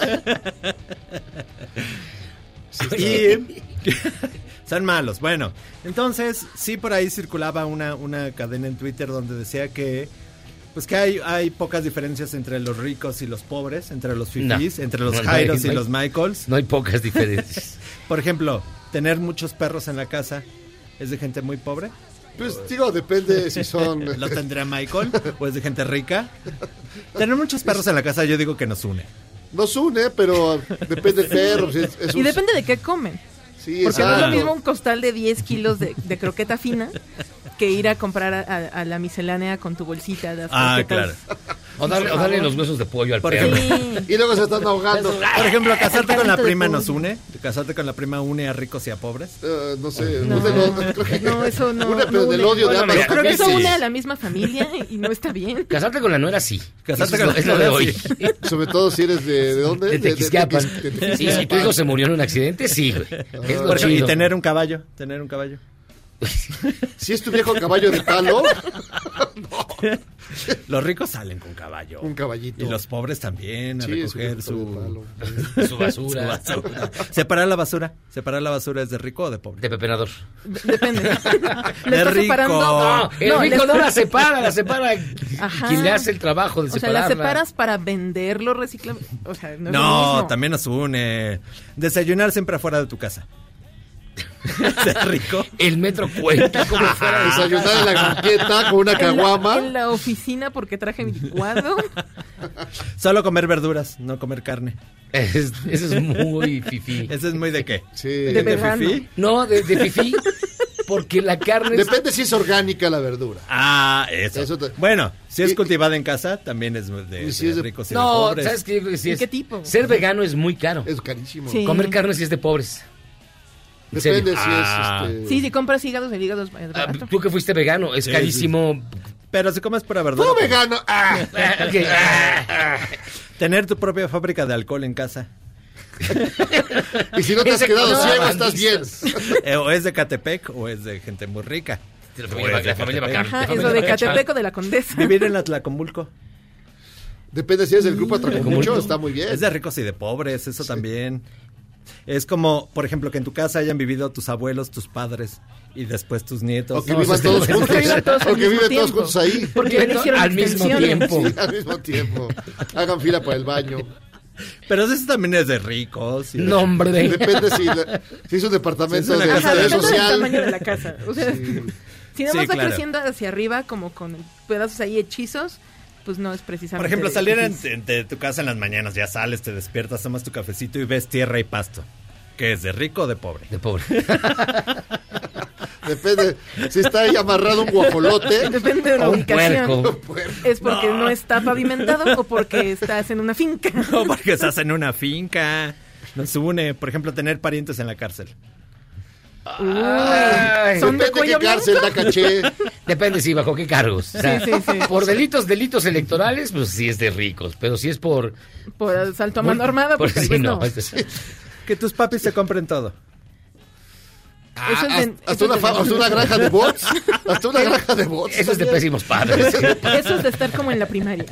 Y son malos. Bueno, entonces sí por ahí circulaba una, una cadena en Twitter donde decía que pues que hay, hay pocas diferencias entre los ricos y los pobres, entre los fifís, No. entre los No, no hay- jairos no y hay- los michaels. No hay pocas diferencias. Por ejemplo, tener muchos perros en la casa es de gente muy pobre. Pues digo, depende si son. ¿Lo tendrá Michael o es de gente rica? Tener muchos perros en la casa yo digo que nos une. Nos une, eh, pero depende del perro. si es- es Y un- depende de qué comen. Sí, Porque no es lo exacto. mismo un costal de 10 kilos de, de croqueta fina que ir a comprar a, a- a la miscelánea con tu bolsita de las Ah, croquetas. O darle, o darle los huesos de pollo al Por perro. ejemplo. Sí. Y luego se están ahogando. Por ejemplo, casarte con la carrito de prima pollo. nos une. Casarte con la prima une a ricos y a pobres. Eh, no sé. No, une los- creo que- Pues no, eso no. Una, pero no del une. odio de Bueno, ambas. mira, Creo que eso Sí. une a la misma familia y no está bien. Casarte con la nuera, sí. Casarte Eso con es la lo- nuera, Es lo de hoy. Sobre todo si eres de, ¿de dónde? De Tequisquiapan. Tequis- Sí, si tu de Tequisquiapan. hijo se murió en un accidente, sí, güey. Es lo Por ejemplo, y chido. tener un caballo, tener un caballo. Si es tu viejo caballo de palo, Los ricos salen con caballo. Un caballito. Y los pobres también a Sí, es recoger que de su, palo. Su basura. su basura. Separar la basura. Separar la basura es de rico o de pobre. De pepenador. Depende. De está rico. separando- No, el No, rico les- no la separa, la separa Ajá. quien le hace el trabajo de Ah. O sea, las separarla. separas para venderlo, reciclar. O sea, no, es lo No, mismo. también nos une. Desayunar siempre afuera de tu casa. ¿Es rico? El metro cuenta como fuera de desayunar en la banqueta con una En la- caguama. En la oficina porque traje mi licuado. Solo comer verduras, no comer carne. Es- eso es muy fifí. ¿Eso es muy de qué? Sí. ¿De, fifí? No, de, de fifí, porque la carne es- Depende si es orgánica la verdura. Ah, eso. Eso te- Bueno, si es Y- cultivada en casa, también es de, Y si de es de- ricos y de No, pobres. ¿sabes qué? Yo creo que sí ¿De es- qué tipo? Ser vegano es muy caro. Es carísimo. Sí. Comer carne sí es de pobres. En Depende serio. si Ah. es este, Sí, si compras hígados, eh, el hígado es más Ah, barato. tú que fuiste vegano, es Sí, carísimo. Pero si comes pura verdura. pues, ¡Puro vegano! ¡Ah! Ah, ok, ah, ah. Tener tu propia fábrica de alcohol en casa. Y si no te has Ese- quedado no, ciego, no, estás bien. Eh, o es de Catepec o es de gente muy rica. De la familia- Pues, la familia Catepec. Bacán. Ajá, es lo de Catepeco de la Condesa. Vivir en Atlacomulco. Depende si es del Mm, grupo Atracomucho, está muy bien. Es de ricos y de pobres, eso también. Es como, por ejemplo, que en tu casa hayan vivido tus abuelos, tus padres y después tus nietos. O que No, vivan eso- todos juntos. Que vivan todos al O que mismo viven todos tiempo. juntos ahí. Porque no hicieron al mismo extensiones. tiempo. Sí, al mismo tiempo. Hagan fila para el baño. Pero eso también es de ricos. y de- No, hombre. de- Depende si, la- si es un departamento Si es una de casa Ajá, interés de- depende del tamaño social. de la casa. O sea, si nada Sí, más va claro. creciendo hacia arriba, como con pedazos ahí hechizos, pues no es precisamente. Por ejemplo, salir en- difícil. en- de tu casa en las mañanas, ya sales, te despiertas, tomas tu cafecito y ves tierra y pasto. ¿Qué es de rico o de pobre? De pobre. Depende si está ahí amarrado un guajolote. Depende de la A un ubicación. puerco. Es porque no. está pavimentado o porque estás en una finca. No, porque estás en una finca. Nos une, por ejemplo, tener parientes en la cárcel. Ah. Ay, Son de Depende cuello qué cárcel da caché. Depende si bajo qué cargos. O sea, Sí, sí, sí. Por delitos, delitos electorales, pues sí es de ricos. Pero si es por. Por asalto a mano armada, por- pues tal sí, vez no, este no. es decir, Que tus papis se compren todo. Ah, Eso es de- eso hasta, hasta es una de- fa- hasta una granja de bots. Hasta una granja de bots. Eso es de también. pésimos padres. Eso es de estar como en la primaria.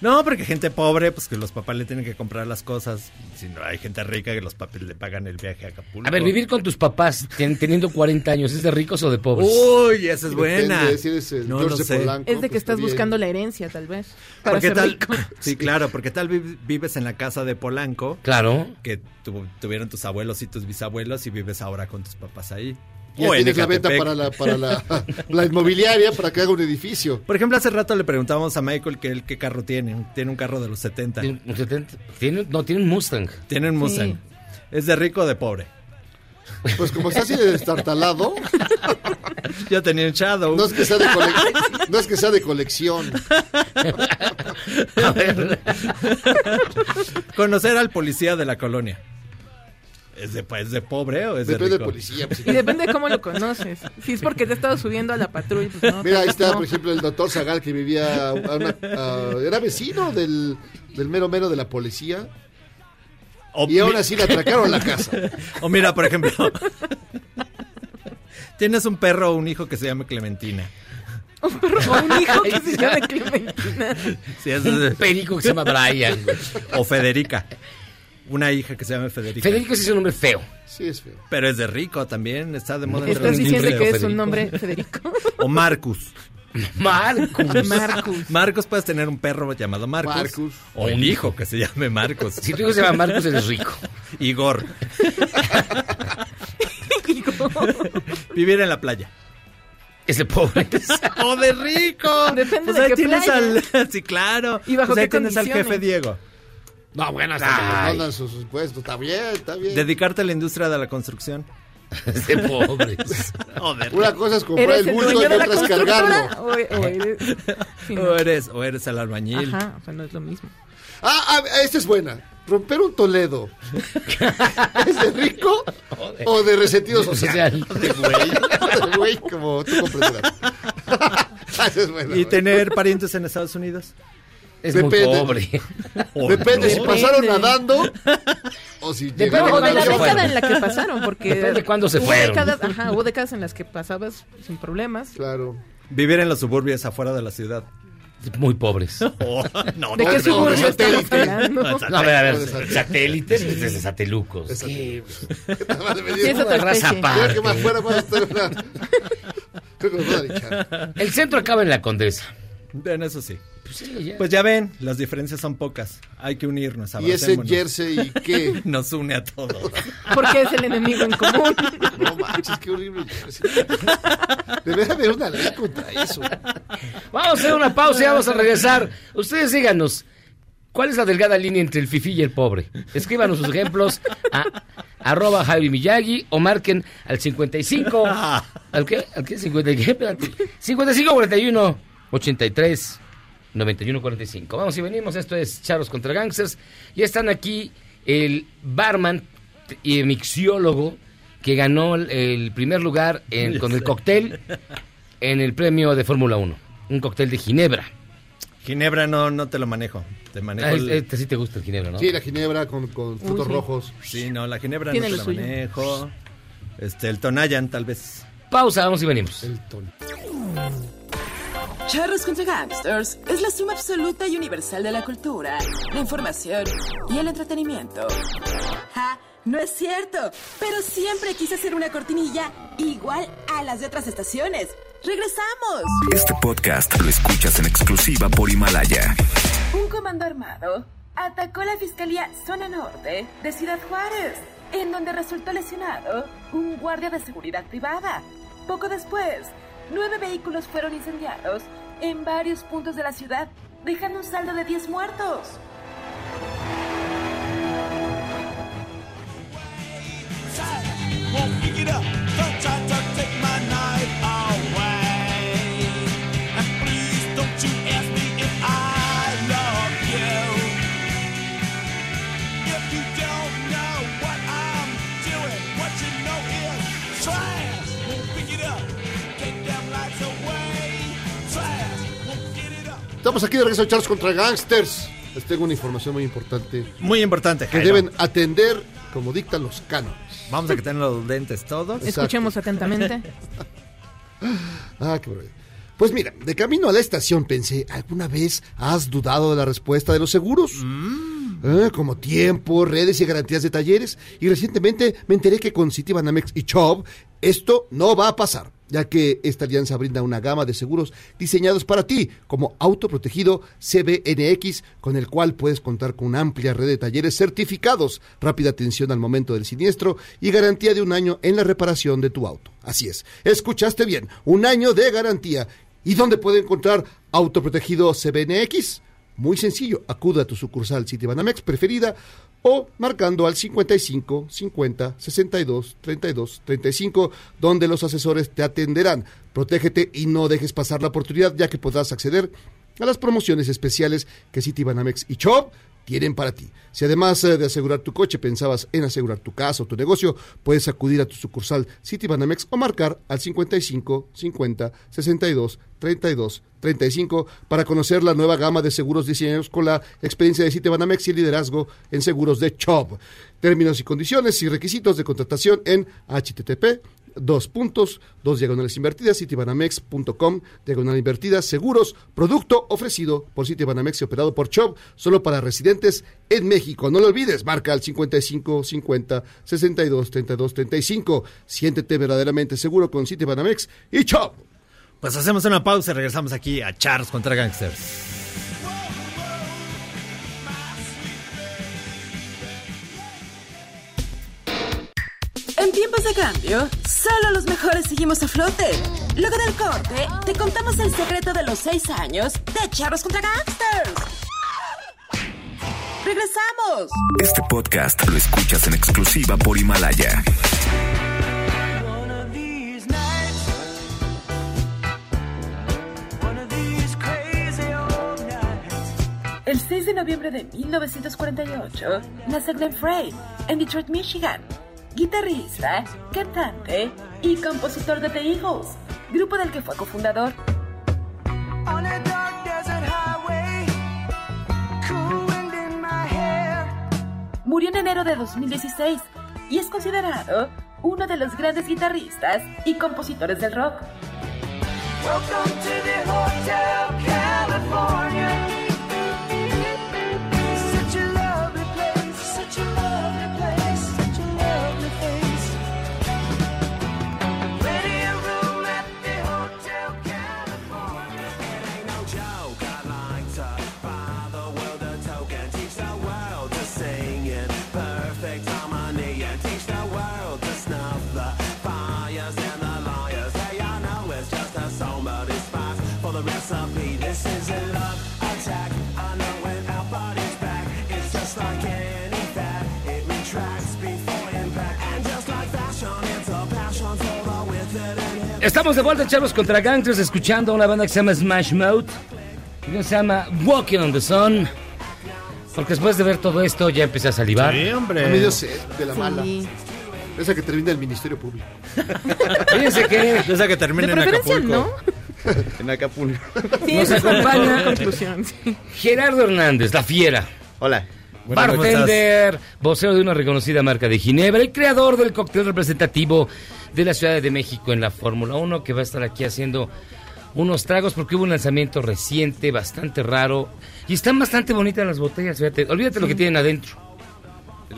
No, porque gente pobre, pues que los papás le tienen que comprar las cosas. Si no, hay gente rica que los papis le pagan el viaje a Acapulco. A ver, vivir con tus papás ten- teniendo 40 años, ¿es de ricos o de pobres? Uy, esa es Depende buena. si eres el no lo George de sé. Polanco, Es de que pues, estás está bien. buscando la herencia, tal vez. Para Porque ser tal, rico. sí, claro, porque tal vi- vives en la casa de Polanco Claro. que tu- tuvieron tus abuelos y tus bisabuelos y vives ahora con tus papás ahí. Ya O en tienes la venta Ecatepec. para la, para la, la inmobiliaria para que haga un edificio. Por ejemplo, hace rato le preguntábamos a Michael que él qué carro tiene. Tiene un carro de los 70. Tiene un 70 tiene- no, tiene un Mustang. Tiene un Mustang. ¿Es de rico o de pobre? Pues como está así de destartalado, Yo tenía un Shadow. no es que sea de, cole- no es que sea de colección. A ver, Conocer al policía de la colonia. ¿Es de, es de pobre o es de Depende del rico? policía. pues, Y depende de cómo lo conoces. Si es porque te he estado subiendo a la patrulla, pues no. Mira, ahí está, no. por ejemplo, el doctor Zagal que vivía. a una- a- era vecino del, del mero mero de la policía. O, Y aún mi- así le atracaron la casa. o mira, por ejemplo. Tienes un perro o un hijo que se llama Clementina. Un perro o un hijo que se llama Clementina. Sí, es un de- perico que se llama Brian. güey. o Federica. Una hija que se llama Federica. Federico sí es un hombre feo. Sí, es feo. Pero es de rico también. Está de moda. en Estás los diciendo niños. que es un Federico. nombre Federico. O Marcus. Marcus. Marcus. Marcos puedes tener un perro llamado Marcos. Marcus. O un hijo que se llame Marcos. Si tu hijo se llama Marcus, eres rico. Igor. Vivir en la playa. Es de pobres. ¡O de rico! Depende Pues de ahí qué tienes playa. al. Sí, claro. ¿Y bajo Pues ahí qué tienes al condiciones? jefe Diego. No, bueno, hasta que les mandan sus impuestos. Está bien, está bien. Dedicarte a la industria de la construcción. Es de pobres. O de Una cosa es comprar ¿Eres el el bulto y dueño de la otra es cargarlo. constructora? O, o eres... sí, no. O eres, o eres el albañil. Ajá, o sea, no es lo mismo. Ah, ah, esta es buena. Romper un Toledo. ¿Es de rico o de resentido social? Social. De güey. De güey, como tú comprenderás. Esa Ah, es buena. Y güey. tener parientes en Estados Unidos. Es Depende. muy pobre. O Depende si Depende. pasaron nadando O si Depende llegaba- de la década en la que pasaron, porque Depende de cuándo se hubo fueron. décadas- ajá, hubo décadas en las que pasabas sin problemas. Claro. Vivir en los suburbios afuera de la ciudad. Oh, Muy pobres. no, ¿De qué no, suburbios no, estamos satélite. hablando? No, No, a ver, a ver, satélite. satélites, desde satelucos. Sí, Sí, es otra Raza especie. aparte. Creo que más fuera puede estar una- Creo que nos van a linchar. El centro acaba en la Condesa. Bueno, eso sí. Pues sí, ya. Pues ya ven, las diferencias son pocas. Hay que unirnos. ¿Y ese abracémonos. jersey qué? Nos une a todos. Porque es el enemigo en común. No manches, qué horrible. Debería haber una ley contra eso. Vamos a hacer una pausa y vamos a regresar. Ustedes díganos, ¿cuál es la delgada línea entre el fifí y el pobre? Escríbanos sus ejemplos a arroba Javi Miyagi o marquen al 55. ¿Al qué? ¿Al qué? 50 y qué? Espérate. 55 41 83 91 45. Vamos y venimos. Esto es Charos contra Gangsters. Y están aquí el barman y mixiólogo que ganó el- el primer lugar en- Ya con el sé. cóctel en el premio de Fórmula 1. Un cóctel de Ginebra. Ginebra no, no te lo manejo. Te manejo. Ah, el- este sí te gusta el Ginebra, ¿no? Sí, la ginebra con, con frutos sí. rojos. Sí, no, la ginebra no Tiene te lo la suyo. manejo. Este, el Tonayan, tal vez. Pausa, vamos y venimos. Charros contra Gangsters es la suma absoluta y universal de la cultura, la información y el entretenimiento. ¡Ja! No es cierto, pero siempre quise hacer una cortinilla igual a las de otras estaciones. ¡Regresamos! Este podcast lo escuchas en exclusiva por Himalaya. Un comando armado atacó la Fiscalía Zona Norte de Ciudad Juárez, en donde resultó lesionado un guardia de seguridad privada. Poco después, nueve vehículos fueron incendiados en varios puntos de la ciudad, dejando un saldo de 10 muertos. Won't pick it up. Don't try to take my knife away. And please don't you ask me if I love you. If you don't know what I'm doing, what you know is trash. Won't pick it up. Take them lights away. Trash. Won't get it up. Estamos aquí de regreso a Charles contra Gangsters. Les tengo una información muy importante. Muy importante, Que Jairo. deben atender como dictan los cánones. Vamos a quitar los lentes todos. Escuchemos atentamente. Ah, qué maravilla. Pues mira, de camino a la estación pensé, ¿alguna vez has dudado de la respuesta de los seguros? Mm. Ah, como tiempo, redes y garantías de talleres. Y recientemente me enteré que con Citibanamex y Chubb esto no va a pasar, ya que esta alianza brinda una gama de seguros diseñados para ti, como auto protegido CBNX, con el cual puedes contar con una amplia red de talleres certificados, rápida atención al momento del siniestro y garantía de un año en la reparación de tu auto. Así es, escuchaste bien, un año de garantía. ¿Y dónde puede encontrar autoprotegido CBNX? Muy sencillo, acuda a tu sucursal Citibanamex preferida o marcando al 55 50 62 32 35, donde los asesores te atenderán. Protégete y no dejes pasar la oportunidad, ya que podrás acceder a las promociones especiales que Citibanamex y Chop tienen para ti. Si además eh, de asegurar tu coche pensabas en asegurar tu casa o tu negocio, puedes acudir a tu sucursal Citibanamex o marcar al 55 50 62 32 35 para conocer la nueva gama de seguros diseñados con la experiencia de Citibanamex y el liderazgo en seguros de Chubb. Términos y condiciones y requisitos de contratación en http dos puntos, dos diagonales invertidas, citibanamex.com, diagonal invertida, seguros, producto ofrecido por Citibanamex y operado por Chubb, solo para residentes en México. No lo olvides, marca al 55 50 62 32 35. Siéntete verdaderamente seguro con Citibanamex y Chubb. Pues hacemos una pausa y regresamos aquí a Charles contra Gangsters. En tiempos de cambio, solo los mejores seguimos a flote. Luego del corte, te contamos el secreto de los seis años de Charros contra Gangsters. ¡Ah! ¡Regresamos! Este podcast lo escuchas en exclusiva por Himalaya. El 6 de noviembre de 1948 nace Glenn Frey en Detroit, Michigan. Guitarrista, cantante y compositor de The Eagles, grupo del que fue cofundador. On a dark desert highway, cool wind in my hair. Murió murió en enero de 2016 y es considerado uno de los grandes guitarristas y compositores del rock. Welcome to the Hotel California. Such a lovely place, such a lovely place, such a lovely place. Plenty of room at the Hotel California. It ain't no joke, I like to buy the world a token. Teach the world to sing in perfect harmony and teach the world to snuff the fires and the liars. Hey, I know it's just a song, but it's fine for the recipe. This is a love attack. I know when our body's back, it's just like any fat. It retracts before impact, and just like fashion, it's a passion for the withered and hip. Estamos de vuelta, chavos, contra gangsters, escuchando a una banda que se llama Smash Mouth. que se llama Walking on the Sun. Porque después de ver todo esto ya empecé a salivar. Sí, hombre. A mí dio sed de la mala. Esa que termina el Ministerio Público. Fíjense que. Esa que termina De en preferencia, Acapulco. En Acapulco. Sí, Nos esa es la acompaña conclusión, Gerardo Hernández, la fiera. Hola. Buenas noches. Bartender, vocero de una reconocida marca de Ginebra y creador del cóctel representativo de la Ciudad de México en la Fórmula 1, que va a estar aquí haciendo unos tragos porque hubo un lanzamiento reciente, bastante raro. Y están bastante bonitas las botellas, fíjate. Olvídate lo que tienen adentro.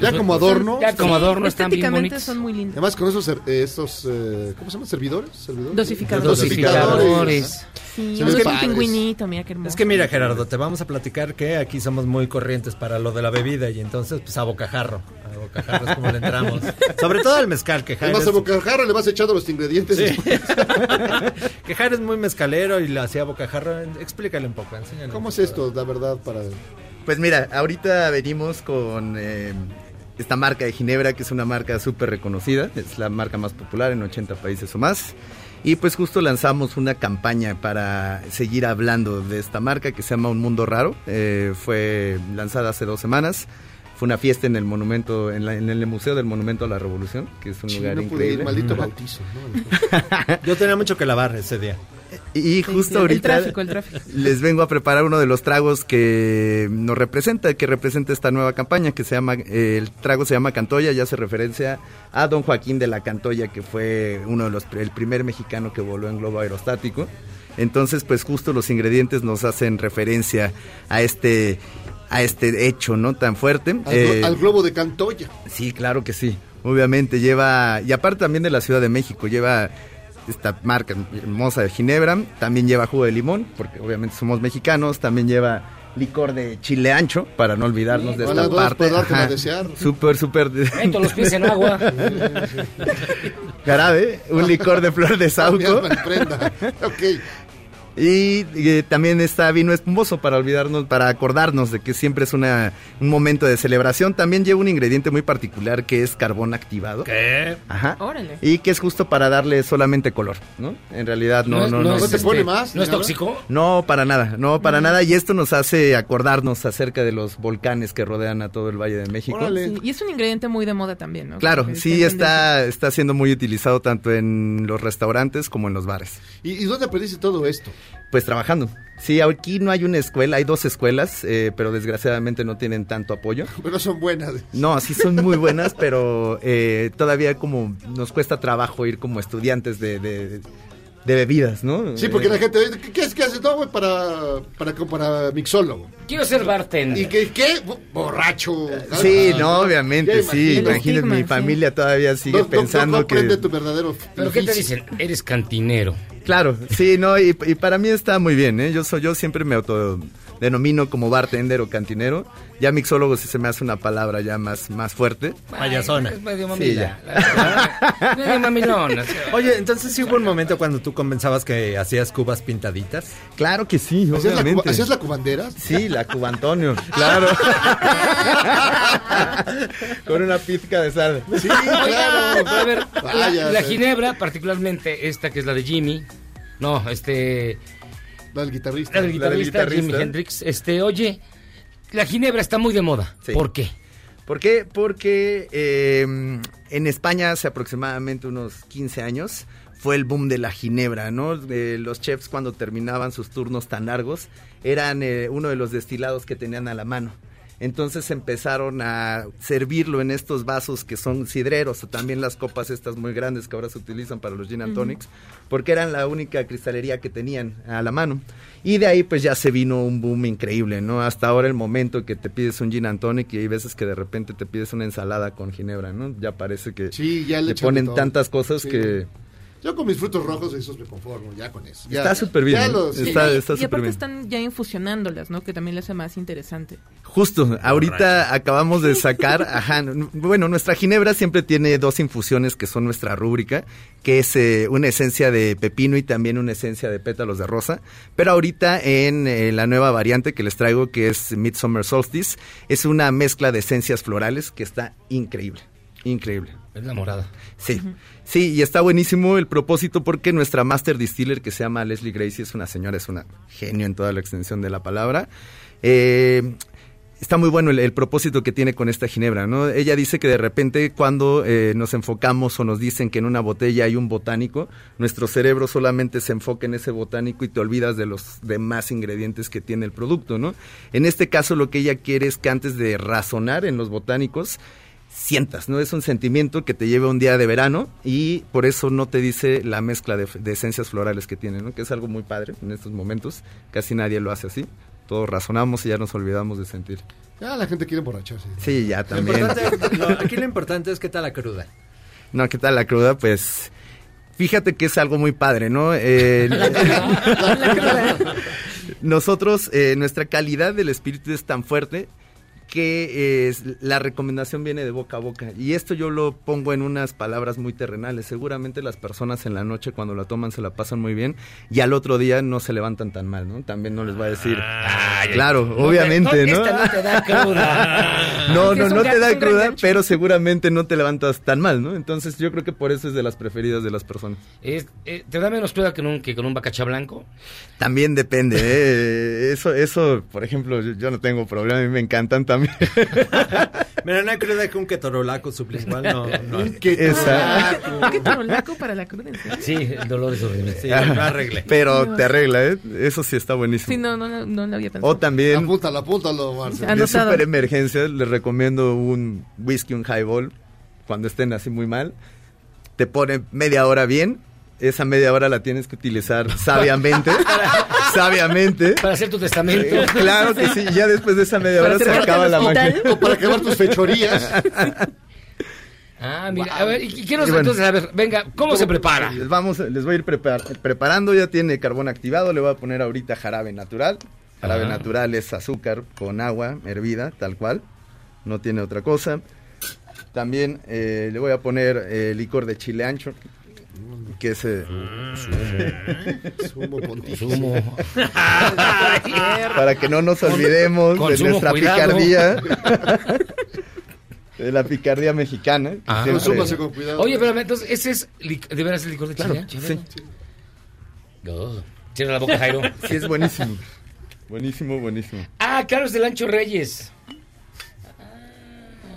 Ya Los- como adorno. Ya como adorno, están bien Estéticamente bonitas. son muy lindas. Además, con esos, ser- eh, estos, eh, ¿cómo se llaman? ¿Servidores? ¿Servidores? Dosificadores. Dosificadores. Sí, Se o ven sea, un padres. pingüinito, mira qué hermoso. Es que mira, Gerardo, te vamos a platicar que aquí somos muy corrientes para lo de la bebida y entonces, pues a bocajarro. A bocajarro es como le entramos. Sobre todo al mezcal, que Le Jairo vas a es, bocajarro, le vas echando los ingredientes. que Jairo es muy mezcalero y la hacía bocajarro. Explícale un poco, enséñale. ¿Cómo es esto, la verdad, para Pues mira, ahorita venimos con eh, esta marca de Ginebra, que es una marca súper reconocida, es la marca más popular en 80 países o más. Y pues justo lanzamos una campaña para seguir hablando de esta marca que se llama Un Mundo Raro. Eh, fue lanzada hace dos semanas. Fue una fiesta en el monumento, en, la- en el Museo del Monumento a la Revolución, que es un Sí, lugar pues, no pude increíble. ir, maldito Ajá. bautizo. ¿no? Yo tenía mucho que lavar ese día. Y sí, justo el ahorita tráfico, el tráfico. les vengo a preparar uno de los tragos que nos representa, que representa esta nueva campaña que se llama, eh, el trago se llama Cantoya, ya hace referencia a don Joaquín de la Cantoya, que fue uno de los, el primer mexicano que voló en globo aerostático. Entonces, pues justo los ingredientes nos hacen referencia a este, a este hecho, ¿no? Tan fuerte. Al, Eh, glo- al globo de Cantoya. Sí, claro que sí. Obviamente lleva, y aparte también de la Ciudad de México, lleva esta marca hermosa de Ginebra, también lleva jugo de limón, porque obviamente somos mexicanos, también lleva licor de chile ancho, para no olvidarnos de Hola, esta dos, parte. para darte Ajá. a desear. Súper, súper. Meto los pies en agua. Jarabe, un licor de flor de Dios sauco. me prenda. Ok. Y eh, también está vino espumoso para olvidarnos, para acordarnos de que siempre es una, un momento de celebración. También lleva un ingrediente muy particular que es carbón activado. ¿Qué? Ajá. Órale. Y que es justo para darle solamente color, ¿no? En realidad no, no, no. es, este, este, ¿No es tóxico? No, para nada, no, para Mm. nada. Y esto nos hace acordarnos acerca de los volcanes que rodean a todo el Valle de México. Sí, y es un ingrediente muy de moda también, ¿no? Este, Claro, Como que sí en tendencia. está, está siendo muy utilizado tanto en los restaurantes como en los bares. ¿Y, y dónde aprendiste todo esto? Pues trabajando. Sí, aquí no hay una escuela, hay dos escuelas, eh, pero desgraciadamente no tienen tanto apoyo. Bueno, son buenas. No, sí son muy buenas, pero eh, todavía como nos cuesta trabajo ir como estudiantes de, de- de bebidas, ¿no? Sí, porque Eh, la gente dice, ¿qué, qué es que haces? No, güey, para, para, para mixólogo. Quiero ser bartender. ¿Y qué? qué? Bo- Borracho. Sí, Ah, no, obviamente, ya sí. imagino. Imagínate, mi familia todavía sigue No, no, pensando no, no que... aprende tu verdadero ¿Pero qué te oficio. dicen? Eres cantinero. Claro, sí, no, y, y para mí está muy bien, ¿eh? Yo, soy, yo siempre me autodenomino como bartender o cantinero. Ya mixólogo sí se me hace una palabra ya más, más fuerte. Payasona. Es medio Sí, mamila. ya. la- medio mamilón. o sea. Oye, entonces sí hubo un momento cuando tú compensabas que hacías cubas pintaditas. Claro que sí, ¿Hacías la, obviamente. cuba- ¿Hacías la cubandera? Sí, la Cuba Antonio, claro. Con una pizca de sal. Sí, Oiga, claro. pero a ver, la, Vaya, la sí. ginebra, particularmente esta que es la de Jimmy. No, este. La del guitarrista. La del La del guitarrista, Jimi guitarrista. Hendrix. Este, oye, la ginebra está muy de moda. Sí. ¿Por qué? ¿Por qué? Porque eh, en España hace aproximadamente unos 15 años fue el boom de la ginebra, ¿no? Eh, los chefs cuando terminaban sus turnos tan largos eran eh, uno de los destilados que tenían a la mano. Entonces empezaron a servirlo en estos vasos que son sidreros, o también las copas estas muy grandes que ahora se utilizan para los gin and Ujú. tonics, porque eran la única cristalería que tenían a la mano. Y de ahí pues ya se vino un boom increíble, ¿no? Hasta ahora el momento que te pides un gin and tonic y hay veces que de repente te pides una ensalada con ginebra, ¿no? Ya parece que ya le le echan de ponen todo. tantas cosas Sí. que... Yo con mis frutos rojos esos me conformo, ya con eso. Ya. Está súper bien, Ya ¿eh? los- Está- y, está y súper aparte bien. están ya infusionándolas, ¿no? Que también le hace más interesante. Justo, ahorita acabamos de sacar, ajá, n- bueno, nuestra ginebra siempre tiene dos infusiones que son nuestra rúbrica, que es eh, una esencia de pepino y también una esencia de pétalos de rosa, pero ahorita en eh, la nueva variante que les traigo, que es Midsummer Solstice, es una mezcla de esencias florales que está increíble, increíble. Es la morada. Sí, sí, y está buenísimo el propósito porque nuestra master distiller que se llama Leslie Gracie es una señora, es una genio en toda la extensión de la palabra. Eh, está muy bueno el, el propósito que tiene con esta ginebra, ¿no? Ella dice que de repente cuando eh, nos enfocamos o nos dicen que en una botella hay un botánico, nuestro cerebro solamente se enfoca en ese botánico y te olvidas de los demás ingredientes que tiene el producto, ¿no? En este caso lo que ella quiere es que antes de razonar en los botánicos, sientas, ¿no? Es un sentimiento que te lleva un día de verano y por eso no te dice la mezcla de, de esencias florales que tiene, ¿no? Que es algo muy padre en estos momentos, casi nadie lo hace así. Todos razonamos y ya nos olvidamos de sentir. Ya la gente quiere emborracharse. Sí, ya Lo también. importante- lo- aquí lo importante es que tal la cruda. No, ¿qué tal la cruda? Pues fíjate que es algo muy padre, ¿no? Eh, nosotros, eh, nuestra calidad del espíritu es tan fuerte que eh, es- la recomendación viene de boca a boca. Y esto yo lo pongo en unas palabras muy terrenales. Seguramente las personas en la noche cuando la toman se la pasan muy bien y al otro día no se levantan tan mal, ¿no? También no les va a decir. claro, Ah, no te- obviamente, no, ¿no? esta Este no te da cruda. No, Es que no, es un no gran- te es da un gran cruda, gancho. pero seguramente no te levantas tan mal, ¿no? Entonces yo creo que por eso es de las preferidas de las personas. Es- eh, ¿Te da menos cruda que, un- que con un bacacha blanco? También depende, ¿eh? Eso, eso, por ejemplo, yo, yo no tengo problema, a mí me encantan también. Mira, una cruda que un ketorolaco sublingual no. no Esa. ¿Qué trolaco para la cruda? en serio? Sí, el dolor es horrible. Sí, lo arreglé. Pero te arregla, ¿eh? Eso sí está Sí, buenísimo. no, no, no, no lo había pensado. O también, Apúntalo, apúntalo, Marcelo. de super emergencia, les recomiendo un whisky, un highball, cuando estén así muy mal. Te ponen media hora bien, esa media hora la tienes que utilizar sabiamente. sabiamente. Para hacer tu testamento. Eh, claro que sí, ya después de esa media Para hora se cerrar el acaba la hospital. magia. O para acabar tus fechorías. Ah, mira, a ver, ¿y qué nos- entonces, a ver, venga, ¿cómo se prepara? Les, vamos, les voy a ir prepar- preparando, ya tiene carbón activado, le voy a poner ahorita jarabe natural. Jarabe Ajá. natural es azúcar con agua hervida, tal cual, no tiene otra cosa. También eh, le voy a poner eh, licor de chile ancho, que es... eh, Sumo pontífice. Sumo. para que no nos olvidemos Con- de consumo nuestra cuidado. picardía. de la picardía mexicana. que Ah. siempre- Consúmase con Oye, espérame, entonces, ¿ese es li- de veras el licor de Claro, chile? sí. No. Cierra la boca, Jairo. Sí, es buenísimo. Buenísimo, buenísimo. Ah, claro, es del Ancho Reyes.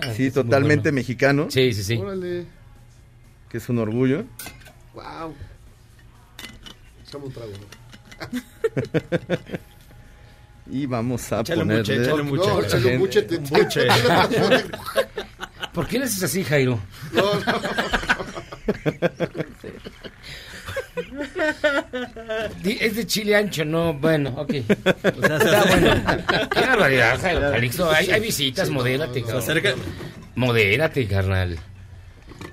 Ah, sí, totalmente mexicano. Sí, sí, sí. Órale. Que es un orgullo. Wow. Echamos un trago. ¿no? Y vamos a Échale un ponerle... buche, échale un buche. No, échale un buche, te- Un buche. ¿Por qué le haces así, Jairo? No, no. Di- Es de chile ancho, no, bueno, ok. Está bueno. Qué barbaridad, Jairo Calixto. Hay, hay visitas, Sí, modérate, no, no, no. cabrón. Se acerca- Modérate, carnal.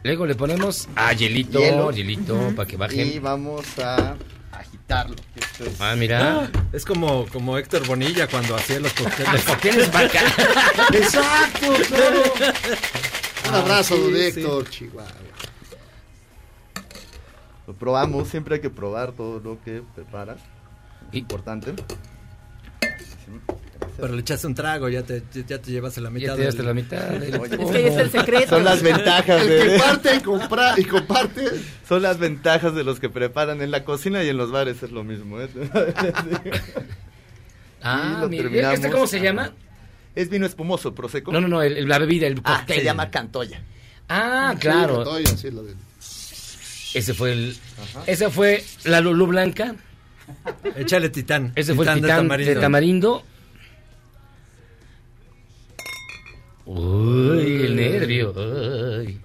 Luego le ponemos a hielito, Hielo. hielito, Ujú. para que Y bajen. vamos a agitarlo. que esto es- Ah, mira. Es como, como Héctor Bonilla cuando hacía los cócteles. cócteles Exacto, claro. Un abrazo, Ah, sí, don sí. Héctor, Chihuahua. Lo probamos, siempre hay que probar todo lo que preparas. Es importante. Pero le echaste un trago, ya te, ya te llevas a la mitad. te llevaste la mitad eh. del- Oye, Es que ahí está el secreto. Son las ventajas El de- que parte y, compra, y comparte. Son las ventajas de los que preparan en la cocina y en los bares es lo mismo. ¿eh? Ah, Y lo mira, terminamos. ¿este cómo se llama? Es vino espumoso, proseco. No, no, no, el- el- la bebida, el Ah, cóctel. se llama cantoya. Ah, claro. Sí, sí, lo de- Ese fue el. Esa fue la Lulú Blanca. Échale titán. Ese fue el de titán de tamarindo. Uy, el nervio. Uy.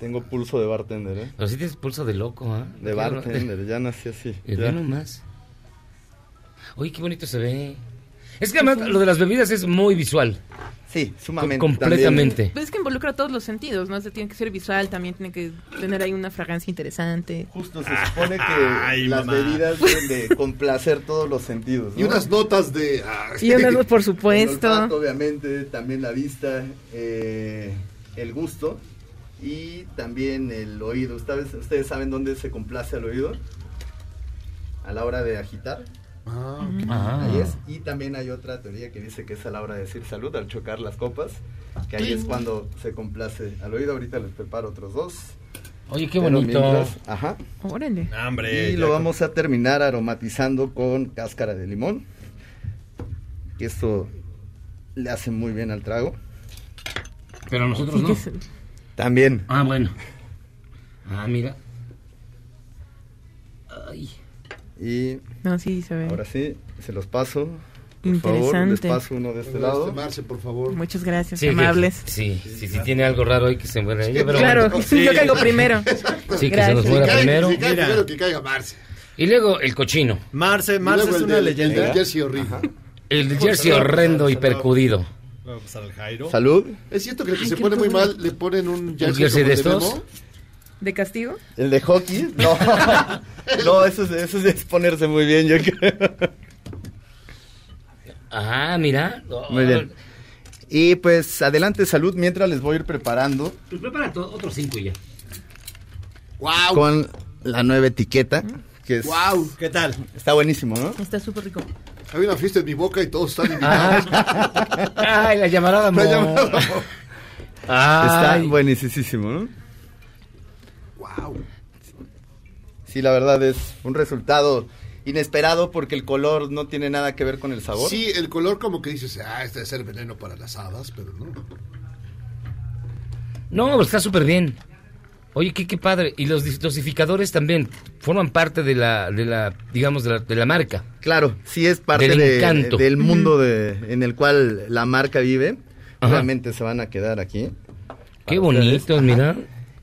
Tengo pulso de bartender, ¿eh? Pero sí tienes pulso de loco, ¿ah? De Qué bartender, ya nací así. Y ya. ve nomás. Oye, qué bonito se ve. Es que además lo de las bebidas es muy visual. Sí, sumamente, completamente. Pues es que involucra todos los sentidos, ¿no? O sea, tiene que ser visual, también tiene que tener ahí una fragancia interesante. Justo se supone que las bebidas deben de complacer todos los sentidos. ¿no? Y unas notas de... ah, Y unas, por supuesto. El olfato, obviamente, también la vista, eh, el gusto y también el oído. ¿Ustedes, ustedes saben dónde se complace el oído? A la hora de agitar. Ah. Ahí es. Y también hay otra teoría que dice que es a la hora de decir salud, al chocar las copas, que ahí es cuando se complace al oído. Ahorita les preparo otros dos. Oye, Pero mientras- ajá. Órale. y lo vamos a terminar aromatizando con cáscara de limón. Que esto le hace muy bien al trago. Pero nosotros no. También. Ah, bueno. Ah, mira. Ay. Y No, sí, se ve. ahora sí, se los paso. Por favor, les Interesante. paso uno de este Bueno, lado. este Marce, por favor. Muchas gracias, Sí, amables. que- sí, sí, sí, tiene algo raro ahí que se muera ella, pero claro, bueno. yo caigo primero. Sí, que se Gracias. nos muera Si cae- primero. si cae Mira. primero que caiga Marce. Y luego el cochino. Marce, Y Marce luego es el una del- leyenda. El del jersey horrible. El del jersey horrendo y percudido. Vamos al Jairo. Salud. Es cierto que el que Ay, se qué pone muy horror. mal le ponen un ¿Un jersey, jersey como de el estos? Memo. ¿De castigo? ¿El de hockey? No. no, eso es, eso es exponerse muy bien, yo creo. Ah, mira. Muy bien. Y pues adelante, salud, mientras les voy a ir preparando Pues prepara to- otros cinco y ya. ¡Wow! con la nueva etiqueta. Que es, ¡Wow! ¿Qué tal? Está buenísimo, ¿no? Está súper rico. Había una fiesta en mi boca y todos están invitados. Ay, la llamarada La amor. llamada. Está Ay. buenísimo, ¿no? ¡Wow! Sí, la verdad es un resultado inesperado porque el color no tiene nada que ver con el sabor. Sí, el color como que dices, ah, este debe ser veneno para las hadas, pero no. No, pero está súper bien. Oye, qué, qué padre. Y los dis- dosificadores también forman parte de la, de la digamos, de la, de la marca. Claro, sí es parte Del de- encanto. del mundo de- en el cual la marca vive. Ajá. Realmente se van a quedar aquí. Qué Para bonitos, mira.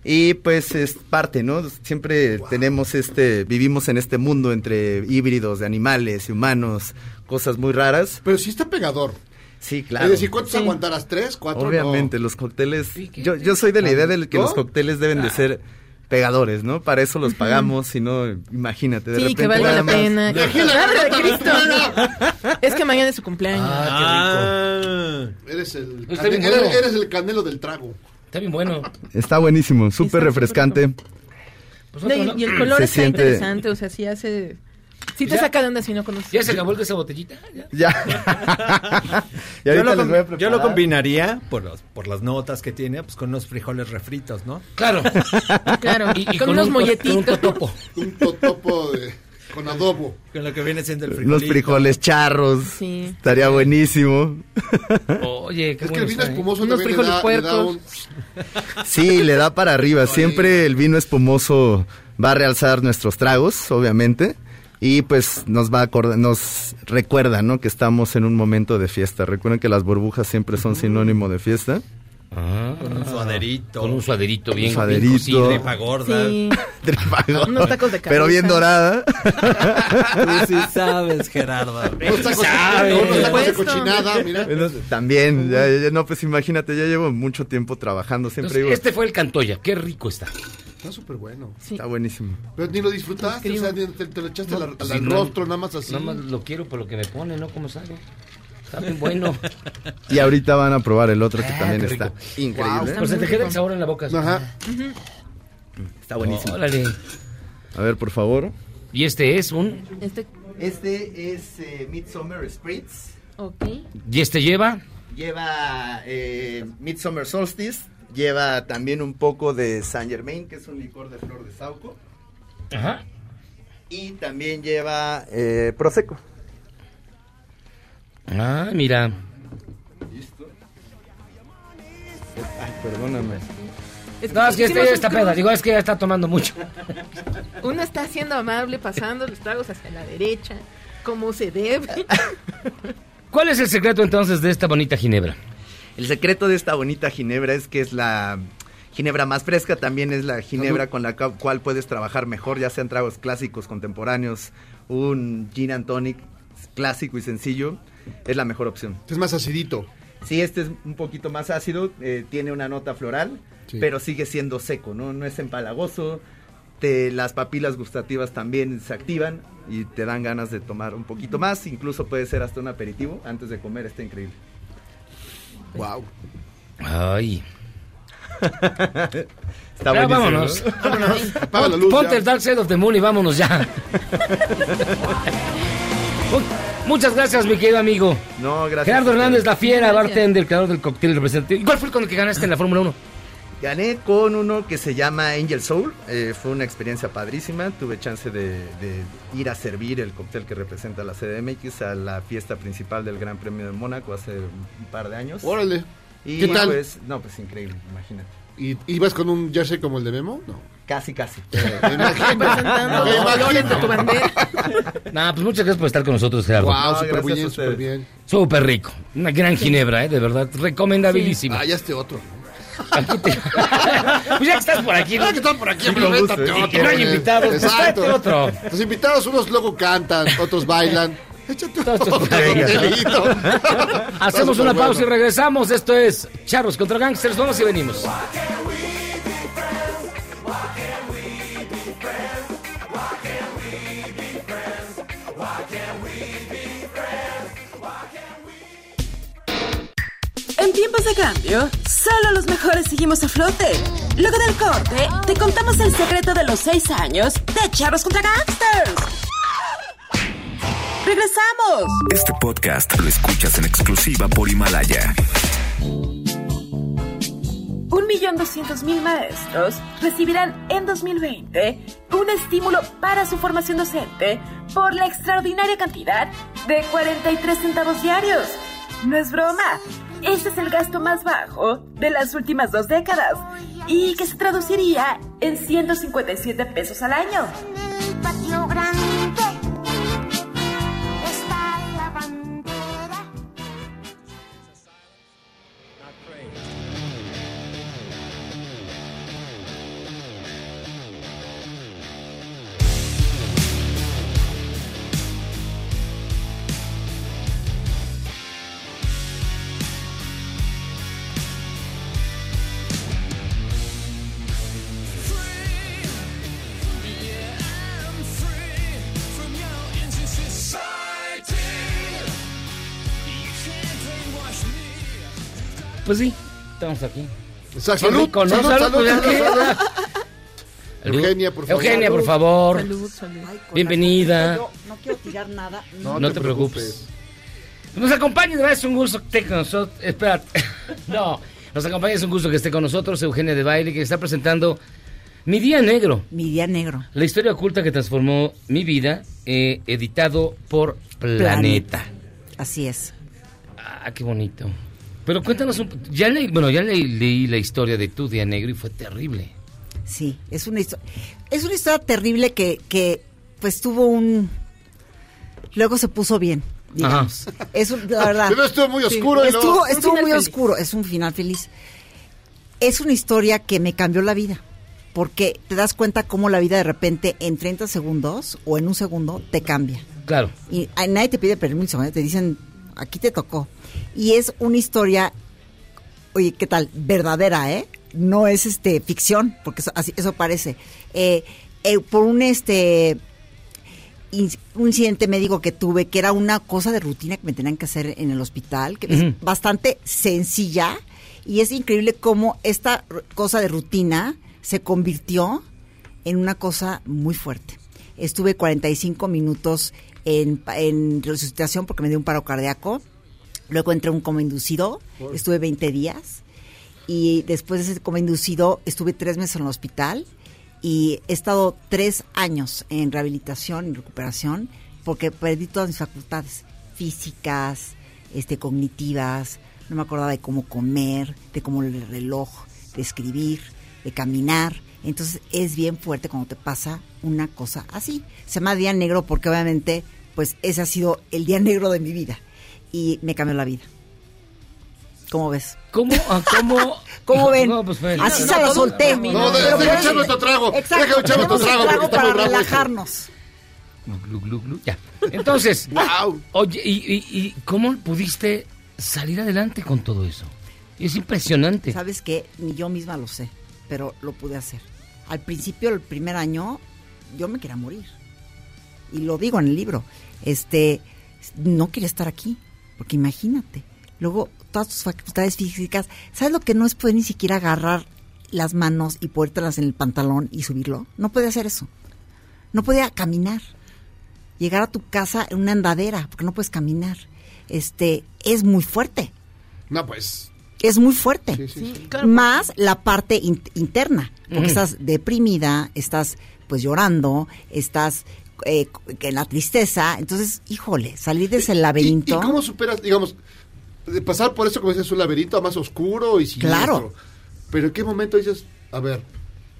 Y pues es parte, ¿no? Siempre tenemos este, vivimos en este mundo entre híbridos de animales y humanos, cosas muy raras. Pero sí está pegador. Sí, claro. Es decir, ¿cuántos aguantarás? ¿Tres? ¿Cuatro? Obviamente, los cócteles. Yo, yo soy de la idea de que ¿No? los cócteles deben de ser pegadores, ¿no? Para eso los pagamos, si no, imagínate, de Sí, repente que valga nada la más- pena. De aquí la ¡Madre de Cristo! ¡Fuera! Es que mañana es su cumpleaños. no. Eres el, Ah, Está cane- bien eres- bueno. eres el canelo del trago. Está bien bueno. Está buenísimo, súper súper refrescante. Pues No, otro, y, ¿no? y el color Se está siente- interesante, o sea, sí hace... Sí te Ya. saca de onda si no conoces. ¿Ya se acabó el de esa botellita? ¿Ya? Ya. Y Yo lo, ahorita les com- voy a preparar. yo lo combinaría, por, los- por las notas que tiene, pues con unos frijoles refritos, ¿no? Claro. Claro, Y- y con, unos un- Con un molletitos. totopo. Un totopo de, con adobo. Con lo que viene siendo el frijolito. Unos frijoles charros. Sí. Estaría buenísimo. ¿Eh? Oh. Oye, qué Es que bueno el vino está, ¿eh? espumoso Unos también le da, frijoles le da un... Sí, le da para arriba. Siempre el vino espumoso va a realzar nuestros tragos, obviamente. Y pues nos va a acordar- nos recuerda, ¿no? Que estamos en un momento de fiesta. Recuerden que las burbujas siempre son sinónimo de fiesta. Ah, Con un suaderito. con un suaderito Este bien. bien suaderito. cocido. Trepa gorda. Sí. Unos tacos de Pero bien cabeza. dorada. Tú sí sabes, Gerardo. Unos tacos, sabe. unos tacos de Supuesto. cochinada, mira. También. ya- ya- no, pues imagínate, ya llevo mucho tiempo trabajando. Siempre Entonces, digo, este fue el Cantoya. Qué rico está. Está súper bueno. está buenísimo. Pero ni lo disfrutaste, o sea, ni te, te lo echaste al, al- Sí, al no. rostro, nada más así. Nada más lo quiero por lo que me pone, ¿no? Como sabe. Está bien bueno. Y ahorita van a probar el otro que Ah, también qué está rico. increíble. Pero Pues se te queda el sabor en la boca. Ajá. Está buenísimo. Órale. A ver, por favor. Y este es un... Este, Este es Midsummer Spritz. ok. Y este lleva... Lleva eh, Midsummer Solstice. Lleva también un poco de Saint Germain, que es un licor de flor de sauco. Ajá. Y también lleva eh, Prosecco. Ah, mira. Listo. Ay, perdóname. Es- No, es que este hicimos ya un está cruce. peda. Digo, es que ya está tomando mucho. Uno está siendo amable pasando los tragos hacia la derecha, como se debe. ¿Cuál es el secreto entonces de esta bonita ginebra? El secreto de esta bonita ginebra es que es la ginebra más fresca, también es la ginebra con la ca- cual puedes trabajar mejor, ya sean tragos clásicos, contemporáneos, un gin and tonic clásico y sencillo, es la mejor opción. Es más acidito. Sí, este es un poquito más ácido, eh, tiene una nota floral, Sí. pero sigue siendo seco, ¿no? No es empalagoso, te- las papilas gustativas también se activan y te dan ganas de tomar un poquito más, incluso puede ser hasta un aperitivo antes de comer, está increíble. Wow. Ay. Está Ya, buenísimo, vámonos. ¿no? vámonos. Apaga la Pon- luz, Ponte ya. el Dark Side of the Moon y vámonos ya. Mu- Muchas gracias, mi querido amigo. No, gracias. Gerardo a ustedes. Hernández, la fiera, bartender, creador del cóctel representativo. ¿Y cuál fue el con el que ganaste en la Fórmula 1? Gané con uno que se llama Angel Soul. eh, fue una experiencia padrísima. Tuve chance de, de ir a servir el cóctel que representa la CDMX a la fiesta principal del Gran Premio de Mónaco hace un par de años. Órale. Y ¿Qué tal? pues, no, pues increíble, imagínate. ¿Y ibas con un jersey como el de Memo? No. Eh, Casi, casi. Me imagino. Me imagino. Nah, pues muchas gracias por estar con nosotros, Gerardo. Wow, súper bien, súper bien. Súper rico. Una gran Sí. ginebra, ¿eh? De verdad. Recomendabilísima. Ah, ya este otro. Pues ya que estás por aquí. Ya Ah, que están por aquí, Sí, con gusto, preséntate ¿eh? otro, Y que no hay güey. invitados, pues, Exacto. tráete otro. Los invitados, unos luego cantan, otros bailan. Échate otro coctelito. Hacemos Está una súper pausa bueno. y regresamos. Esto es Charros contra Gangsters. Vamos y venimos. En tiempos de cambio, solo los mejores seguimos a flote. Luego del corte, te contamos el secreto de los seis años de Charros contra Gangsters. ¡Ah! ¡Regresamos! Este podcast lo escuchas en exclusiva por Himalaya. Un millón doscientos mil maestros recibirán en 2020 un estímulo para su formación docente por la extraordinaria cantidad de 43 centavos diarios. No es broma, este es el gasto más bajo de las últimas dos décadas y que se traduciría en 157 pesos al año. Pues sí, estamos aquí. Exacto. Qué Salud, rico, ¿no? salud, salud, pues, salud, ¿qué? salud. Salud. Eugenia, por favor. Eugenia, por favor. Bienvenida. Yo no quiero tirar nada. No, te, preocupes. Nos acompaña, de verdad es un gusto que esté con nosotros. Espérate. no, nos acompaña, es un gusto que esté con nosotros Eugenia de Baile, que está presentando Mi Día Negro. Mi Día Negro. La historia oculta que transformó mi vida, eh, editado por Planeta. Así es. Ah, qué bonito. Pero cuéntanos un ya leí, bueno, ya le- leí la historia de tu Día Negro y fue terrible. Sí, es una historia, es una historia terrible que, que pues tuvo un luego se puso bien. digamos. Es un- la verdad. Ah, Pero estuvo muy oscuro y estuvo, luego- estuvo Un final muy feliz. oscuro, es un final feliz. Es una historia que me cambió la vida. Porque te das cuenta cómo la vida de repente en 30 segundos o en un segundo te cambia. Claro. Y a- nadie te pide permiso, ¿eh? te dicen, aquí te tocó. Y es una historia, oye, ¿qué tal? Verdadera, ¿eh? No es este ficción, porque eso, así, eso parece. Eh, eh, por un este in- un incidente médico que tuve, que era una cosa de rutina que me tenían que hacer en el hospital, que Ujú. es bastante sencilla, y es increíble cómo esta r- cosa de rutina se convirtió en una cosa muy fuerte. Estuve 45 minutos en, pa- en resucitación porque me dio un paro cardíaco. Luego entré a un coma inducido. Uy. Estuve 20 días. Y después de ese coma inducido, estuve tres meses en el hospital. Y he estado tres años en rehabilitación y recuperación porque perdí todas mis facultades físicas, este, cognitivas. No me acordaba de cómo comer, de cómo el reloj, de escribir, de caminar. Entonces es bien fuerte cuando te pasa una cosa así. Se llama Día Negro porque obviamente pues ese ha sido el día negro de mi vida y me cambió la vida. ¿Cómo ves? ¿Cómo? Ah, ¿Cómo? ¿Cómo ven? No, pues, bueno. Así No, se no, lo todo- solté. no, no, deja- deja echar nuestro trago. Exacto. Deja echar nuestro tenemos el trago, porque está para muy bravo. este. relajarnos. Glu, glu, glu. Ya. Entonces, oye, ¿y, y, y cómo pudiste salir adelante con todo eso? Es impresionante. ¿Sabes qué? Ni yo misma lo sé, pero lo pude hacer. Al principio, el primer año, yo me quería morir. Y lo digo en el libro. Este, no quería estar aquí, porque imagínate. Luego, todas tus facultades físicas, ¿sabes lo que no es poder ni siquiera agarrar las manos y ponértelas en el pantalón y subirlo? No podía hacer eso. No podía caminar. Llegar a tu casa en una andadera, porque no puedes caminar. Este, es muy fuerte. No, pues. Es muy fuerte. claro. Más la parte in- interna, porque Ujú. estás deprimida, estás pues llorando, estás eh, en la tristeza. Entonces, híjole, salir de ese laberinto. ¿Y cómo superas, digamos, de pasar por eso como dices, un laberinto más oscuro y siniestro? Claro. Pero en qué momento dices, a ver,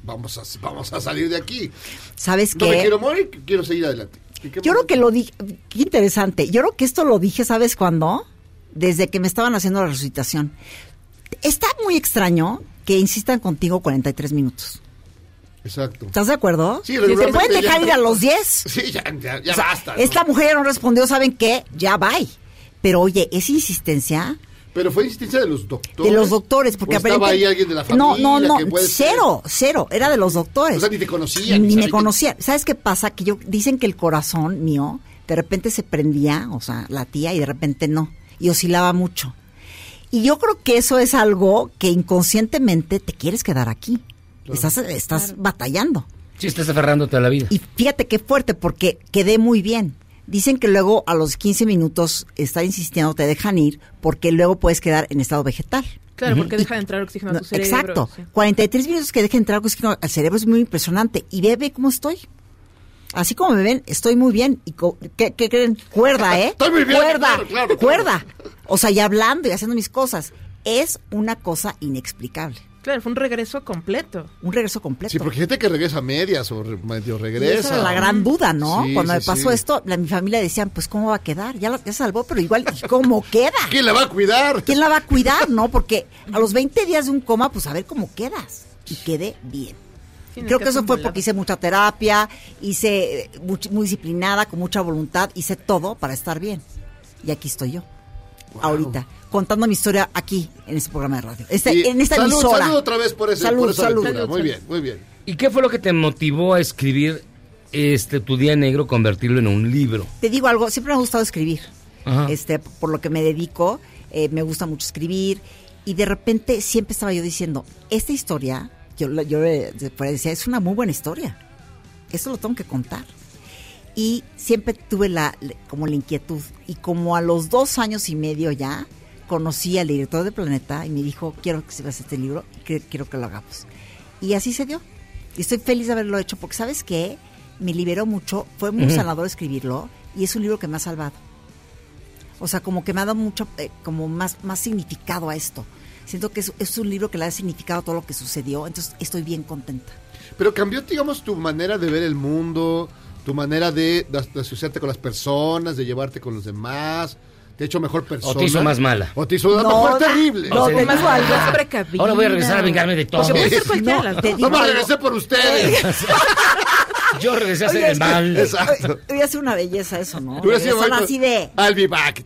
vamos a, vamos a salir de aquí. ¿Sabes No qué? me quiero morir, quiero seguir adelante. ¿En qué Yo creo que lo dije, qué interesante. Yo creo que esto lo dije, ¿sabes cuándo? Desde que me estaban haciendo la resucitación. Está muy extraño que insistan contigo 43 minutos. Exacto. ¿Estás de acuerdo? Sí, Te regularmente pueden ya- dejar ir a los 10. Sí, ya, ya, ya O sea, basta. ¿no? Esta mujer ya no respondió, ¿saben qué? Ya bye. Pero oye, esa insistencia Pero fue insistencia de los doctores. de los doctores, porque ¿O estaba aparentemente- ahí alguien de la familia. No, no, que no, puede ser? cero, cero, era de los doctores. O sea, ni te conocían. Ni ¿sabes me qué? conocía. ¿Sabes qué pasa? Que yo dicen que el corazón mío de repente se prendía, o sea, latía y de repente no, y oscilaba mucho. Y yo creo que eso es algo que inconscientemente te quieres quedar aquí. Estás, estás batallando. Sí, estás aferrándote a la vida. Y fíjate qué fuerte, porque quedé muy bien. Dicen que luego a los 15 minutos estar insistiendo te dejan ir porque luego puedes quedar en estado vegetal. Claro, Ujú. porque Y- deja de entrar oxígeno a tu no, cerebro. Exacto. sí. 43 minutos que deje entrar oxígeno al cerebro es muy impresionante. Y ve, ve cómo estoy. Así como me ven, estoy muy bien. ¿Y co- qué, qué creen? Cuerda, ¿eh? Estoy muy bien, Cuerda, claro, claro, claro. cuerda. O sea, ya hablando y haciendo mis cosas. Es una cosa inexplicable. Claro, fue un regreso completo. Un regreso completo. Sí, porque hay gente que regresa a medias o re- medio Y regresa. esa era la gran duda, ¿no? Sí, Cuando sí, me pasó sí. esto, la, mi familia decían, pues, ¿cómo va a quedar? Ya, la- ya salvó, pero igual, ¿y ¿cómo queda? ¿Quién la va a cuidar? ¿Quién la va a cuidar, no? Porque a los 20 días de un coma, pues, a ver cómo quedas. Y quedé bien. Sí, no Creo quedas que eso fue controlado. porque hice mucha terapia, hice eh, much- muy disciplinada, con mucha voluntad, hice todo para estar bien. Y aquí estoy yo, ahorita, contando mi historia aquí, en este programa de radio. Este- Y en esta salud, emisora. Salud otra vez por, ese, Salud, por esa salud. aventura. Salud, muy salud. bien, muy bien. ¿Y qué fue lo que te motivó a escribir este tu día negro, convertirlo en un libro? Te digo algo, siempre me ha gustado escribir. Ajá. este por lo que me dedico, eh, me gusta mucho escribir y de repente siempre estaba yo diciendo, esta historia, yo, lo- yo le- después decía, es una muy buena historia, eso lo tengo que contar. Y siempre tuve la, le- como la inquietud y como a los dos años y medio ya conocí al director de Planeta y me dijo, quiero que escribas este libro y que- quiero que lo hagamos. Y así se dio. Y estoy feliz de haberlo hecho porque, ¿sabes qué? Me liberó mucho, fue muy Ujú. sanador escribirlo y es un libro que me ha salvado. O sea, como que me ha dado mucho, eh, como más, más significado a esto. Siento que es, es un libro que le ha significado todo lo que sucedió, entonces estoy bien contenta. Pero cambió, digamos, tu manera de ver el mundo, tu manera de, de as- de asociarte con las personas, de llevarte con los demás. Te ha hecho mejor persona. O te hizo más mala. O te hizo una mejor terrible. O sea, más ah, Ahora voy a regresar a vengarme de todo. Porque puede ser cualquiera de las te No, digo me algo. regresé por ustedes. Yo regresé a hacer Oye, el mal. Exacto. Hubiera sido una belleza eso, ¿no? Hubiera sido Regresar bueno. así de... I'll be back.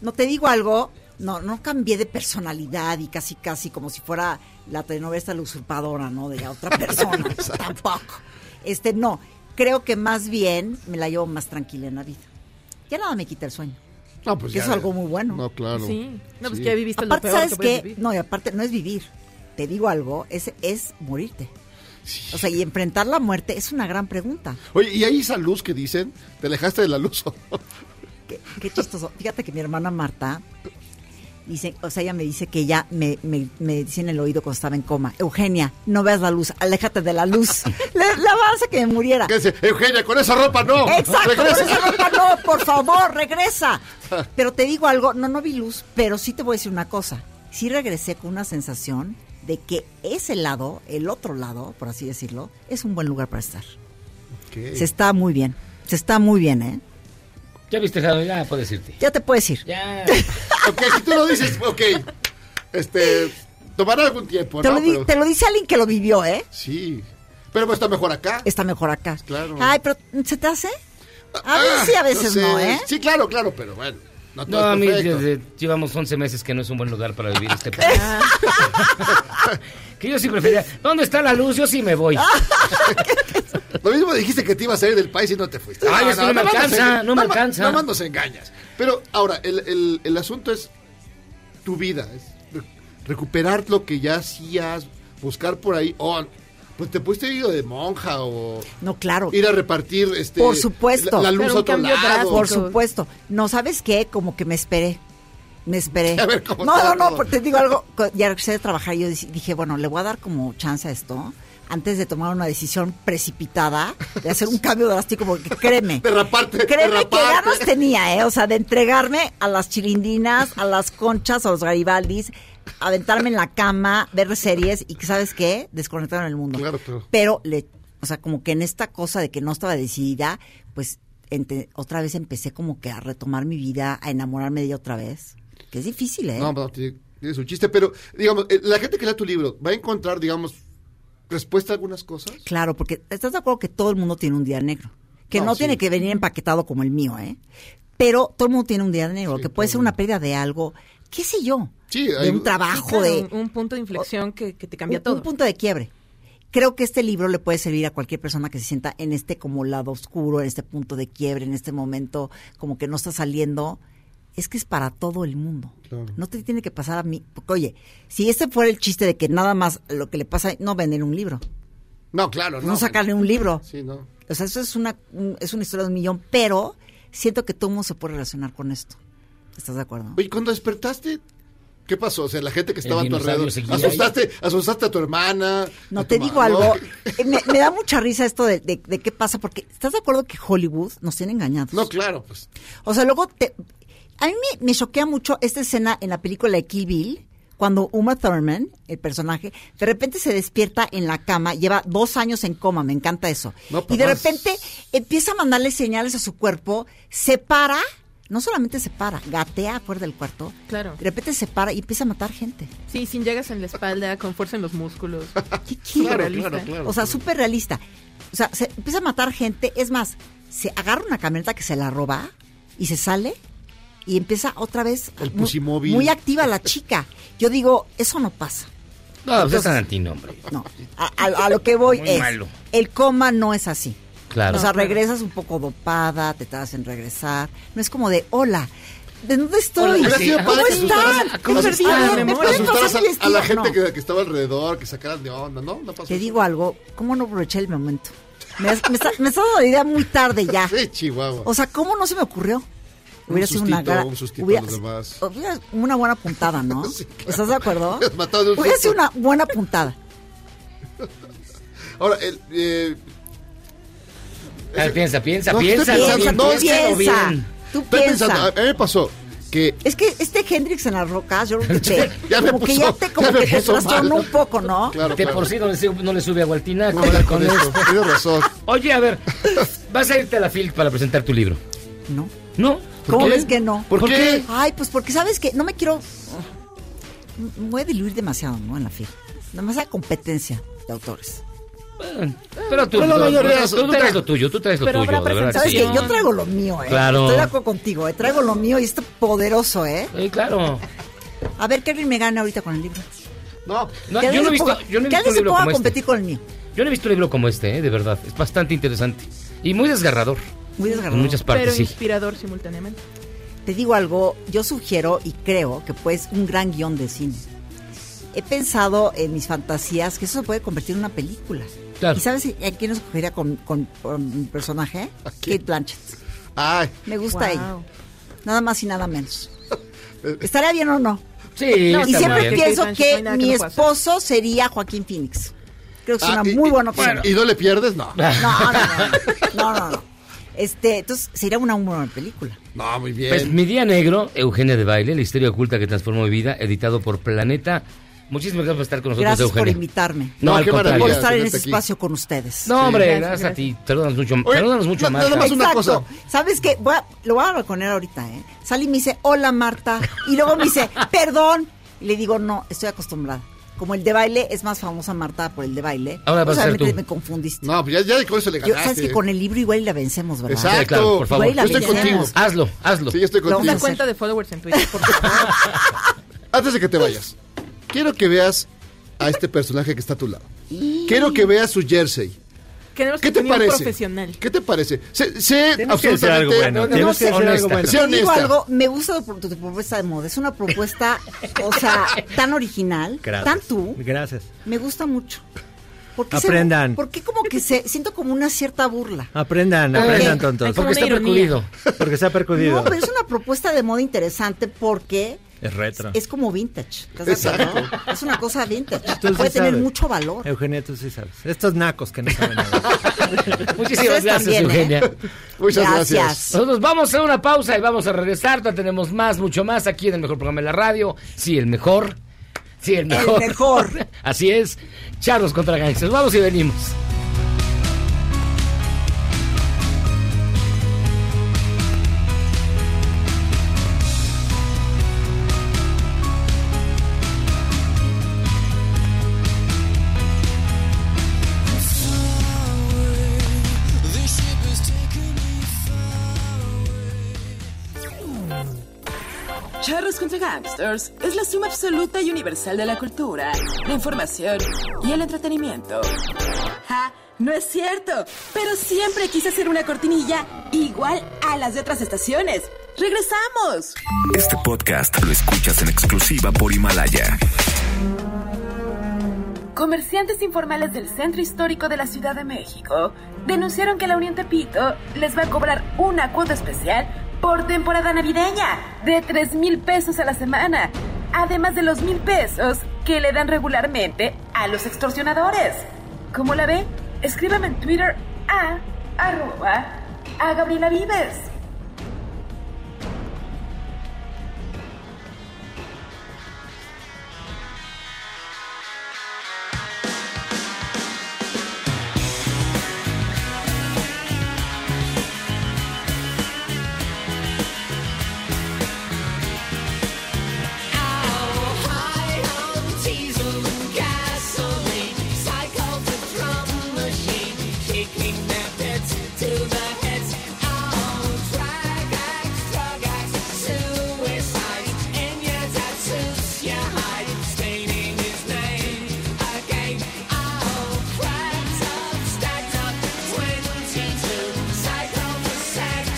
No te digo algo, no, no cambié de personalidad y casi, casi como si fuera la telenovela esta la usurpadora, ¿no? De la otra persona. Tampoco. Este, no. Creo que más bien me la llevo más tranquila en la vida. Ya nada me quita el sueño. No, pues que ya. es algo muy bueno. No, claro. Sí. No, pues Sí. que ya viviste aparte, lo peor ¿sabes que puedes qué? vivir. No, y aparte, no es vivir. Te digo algo, es, es morirte. O sea, y enfrentar la muerte es una gran pregunta. Oye, ¿y ahí esa luz que dicen? ¿Te alejaste de la luz? Qué, qué chistoso. Fíjate que mi hermana Marta dice, o sea, ella me dice que ya me, me, me decía en el oído cuando estaba en coma, Eugenia, no veas la luz, aléjate de la luz. la, la vas a que me muriera. ¿Qué dice? Eugenia, con esa ropa no. Exacto, Regresa. por eso, Rafa, no, por favor, regresa. Pero te digo algo, no, no vi luz, pero sí te voy a decir una cosa. Sí regresé con una sensación de que ese lado, el otro lado, por así decirlo, es un buen lugar para estar. Ok. Se está muy bien, se está muy bien, ¿eh? Ya viste, Jado, ya puedes irte. Ya te puedes ir. Ya. Ok, si tú lo dices, ok. Este, tomará algún tiempo, Te, lo Pues ¿no? di- Pero- te lo dice alguien que lo vivió, ¿eh? Sí. Pero pues está mejor acá. Está mejor acá. Claro. Ah, Ay, pero ¿se te hace? A veces sí, a veces no, sé. ¿eh? Sí, claro, claro, pero bueno. No, No, a todo mí es perfecto. desde- llevamos 11 meses que no es un buen lugar para vivir este país. que yo sí prefería. ¿Dónde está la luz? Yo sí me voy. Ah, Lo mismo dijiste que te ibas a ir del país y no te fuiste. Ay, es que no me nada más alcanza, nos enga- no me nada más- alcanza. Nada más nos engañas. Pero ahora, el, el- el asunto es tu vida, es re- recuperar lo que ya hacías, buscar por ahí. Oh, pues te pudiste ir de monja o No, claro. ir a repartir este, Por supuesto. la, la luz a otro lado. Por supuesto. No, ¿sabes qué? Como que me esperé. Me esperé. A ver cómo no, estaba no, no, todo. porque te digo algo. cu- Ya regresé de trabajar y yo dec- dije, bueno, le voy a dar como chance a esto antes de tomar una decisión precipitada, de hacer un cambio drástico, porque créeme. Derraparte, Créeme que derraparte. ganas tenía, ¿eh? O sea, de entregarme a las chilindinas, a las conchas, a los garibaldis, aventarme en la cama, ver series y, ¿sabes qué? Desconectarme del mundo. Pero, le, o sea, como que en esta cosa de que no estaba decidida, pues ente- otra vez empecé como que a retomar mi vida, a enamorarme de ella otra vez. Que es difícil, ¿eh? No, no, tiene, tiene su chiste, pero digamos, eh, la gente que lea tu libro va a encontrar, digamos, respuesta a algunas cosas. Claro, porque estás de acuerdo que todo el mundo tiene un día negro. Que No, no, tiene que venir empaquetado como el mío, ¿eh? Pero todo el mundo tiene un día negro, que puede ser una pérdida de algo, qué sé yo, de un trabajo, Sí, claro, de Un, un punto de inflexión que, que te cambia un, todo. un punto de quiebre. Creo que este libro le puede servir a cualquier persona que se sienta en este como lado oscuro, en este punto de quiebre, en este momento como que no está saliendo. Es que es para todo el mundo. No te tiene que pasar a mí. Porque, oye, si este fuera el chiste de que nada más lo que le pasa, no vender un libro. No, claro, no. no. sacarle un libro. Sí, no. O sea, eso es una, un- es una historia de un millón, pero siento que todo el mundo se puede relacionar con esto. ¿Estás de acuerdo? Oye, cuando despertaste, ¿qué pasó? O sea, la gente que estaba a tu dinosaurio alrededor. seguía ahí. Asustaste, asustaste a tu hermana. No, te digo algo. eh, Me, me da mucha risa esto de, de- de qué pasa, porque ¿estás de acuerdo que Hollywood nos tiene engañados? No, claro, pues. O sea, luego te- a mí me, me choquea mucho esta escena en la película de Kill Bill, cuando Uma Thurman, el personaje, de repente se despierta en la cama, lleva dos años en coma, me encanta eso. No, pues, y de vas- repente empieza a mandarle señales a su cuerpo, se para, no solamente se para, gatea fuera del cuarto, Claro. de repente se para y empieza a matar gente. Sí, sin llagas en la espalda, con fuerza en los músculos. Qué chido. Claro, claro, claro. O sea, súper realista. O sea, se empieza a matar gente. Es más, se agarra una camioneta que se la roba y se sale y empieza otra vez. El muy- pusimóvil. Muy activa la chica. Yo digo, eso no pasa. No, pues es Entonces, antinombre. No. A, a- a lo que voy Muy es. malo. El coma no es así. Claro. O sea, No, claro. regresas un poco dopada, te tardas en regresar. No es como de, hola. ¿De dónde estoy? Hubiera sido padre ¿Cómo que asustaras- están? que asustaras- Oye, ¿me pueden pasar asustaras mi a, a la vestido? gente No. que, que estaba alrededor, que sacaran de onda, ¿no? No pasó. Te digo algo, ¿cómo no aproveché el momento? Me, has- me, está- me está dando la idea muy tarde ya. Sí, Chihuahua. O sea, ¿cómo no se me ocurrió? Un Hubiera sido una sustito, gra- un sustito hubiera- a los demás. hubiera una buena puntada, ¿no? ¿Estás de acuerdo? matado de un Hubiera susto. sido una buena puntada. Ahora, el, eh, Ah, piensa, piensa, no, piensa. estoy pensando, Toño, no, piénsalo piensa. bien. Tú Estoy piensa. pensando, a a mí me pasó que Es que este Hendrix en las rocas, yo creo que te, Ya me como que puso- ya te, como ya me que te puso trastornó mal. un poco, ¿no? de por sí no le, sube- no le sube agua al tinaco. No, con con esto, esto. tienes razón. Oye, a ver, vas a irte a la FIL para presentar tu libro. No. ¿No? ¿Por ¿Cómo qué? ves que no? ¿Por, qué? Ay, pues porque sabes que no me quiero. Me voy a diluir demasiado, ¿no? En la fiesta. Demasiada competencia de autores. Pero tú, Pero la tú- mayoría tú, tú son- traes lo tuyo, tú traes lo Pero tuyo, habrá de verdad. ¿Sabes sí. qué? Yo traigo lo mío, ¿eh? Claro. Estoy de acuerdo contigo, ¿eh? Traigo lo mío y está poderoso, ¿eh? Sí, claro. A ver, ¿qué alguien me gana ahorita con el libro? No, No, yo no he visto- yo no he visto ¿Qué un alguien se libro pueda como este. competir con el mío? Yo no he visto un libro como este, ¿eh? de verdad. Es bastante interesante. Y muy desgarrador. Muy desgarrador. En muchas partes, pero sí. inspirador simultáneamente. Te digo algo, yo sugiero y creo que puedes un gran guión de cine. He pensado en mis fantasías que eso se puede convertir en una película. Claro. ¿Y sabes a quién escogería con, con- con mi personaje? Kate Blanchett. Ay. Me gusta Wow. ella. Nada más y nada menos. ¿Estaría bien o no? Sí, Y está siempre muy bien. pienso Kate Blanchett, no que hay nada que mi no pueda hacer. esposo sería Joaquín Phoenix. Creo que es Ah, una y- muy y- buena opción. ¿Y no le pierdes? No. No, no, no, no, no, no, no. Este, entonces sería una buena película. No, muy bien. Pues Mi Día Negro, Eugenia de Baile, la historia oculta que transformó mi vida, editado por Planeta Muchísimas gracias por estar con nosotros, Gracias por Eugenia. invitarme. No, al contrario. Por estar en este espacio con ustedes. No, hombre, gracias, a ti. Salúdanos mucho, salúdanos mucho más. Exacto. ¿Sabes qué? Voy a- lo voy a balconear ahorita, ¿eh? Sale y me dice, hola Marta. Y luego me dice, perdón. Y le digo, no, estoy acostumbrada. Como el de baile es más famosa Marta por el de baile. Ahora vas a ser obviamente tú. me confundiste. No, pues ya, ya con eso le Yo, ganaste. sabes que con el libro igual y la vencemos, ¿verdad? Exacto. Sí, claro, por favor. Igual y la Yo estoy vencemos. contigo. Hazlo, hazlo. Sí, yo estoy Una contigo. cuenta de followers en Twitter. por Antes de que te vayas, quiero que veas a este personaje que está a tu lado. Quiero que veas su jersey. Queremos ¿Qué que te tenga un parece? profesional. ¿Qué te parece? Sé, sé Tienes absolutamente que decir algo bueno, no, no, tienes sé, que decir algo bueno. sé Te digo honesta. algo, me gusta tu, tu- tu propuesta de moda. Es una propuesta, o sea, tan original, Gracias. tan tú. Gracias. Me gusta mucho. ¿Por qué se- Aprendan. ¿Por qué como que se siento como una cierta burla? Aprendan, Ay, aprendan hay tontos. como Porque una está ironía. Porque está percudido. No, pero es una propuesta de moda interesante porque Es retro. es como vintage. ¿Estás de acuerdo? Es una cosa vintage. Tú sí Puede tener sabes. mucho valor. Eugenia, tú sí sabes. Estos nacos que no saben nada. Muchísimas Ustedes gracias, también, ¿eh? Eugenia. Muchas Gracias. gracias. Nosotros vamos a hacer una pausa y vamos a regresar. Todavía Tenemos más, mucho más aquí en el mejor programa de la radio. Sí, el mejor. Sí, el mejor. El mejor. Así es. Charlos contra gangsters. Vamos y venimos. Charros contra Gangsters es la suma absoluta y universal de la cultura, la información y el entretenimiento. ¡Ja! Ah, No es cierto, pero siempre quise hacer una cortinilla igual a las de otras estaciones. ¡Regresamos! Este podcast lo escuchas en exclusiva por Himalaya. Comerciantes informales del centro histórico de la Ciudad de México denunciaron que la Unión Tepito les va a cobrar una cuota especial por temporada navideña de 3 mil pesos a la semana, además de los mil pesos que le dan regularmente a los extorsionadores. ¿Cómo la ve? Escríbame en Twitter a arroba a Gabriela Vives.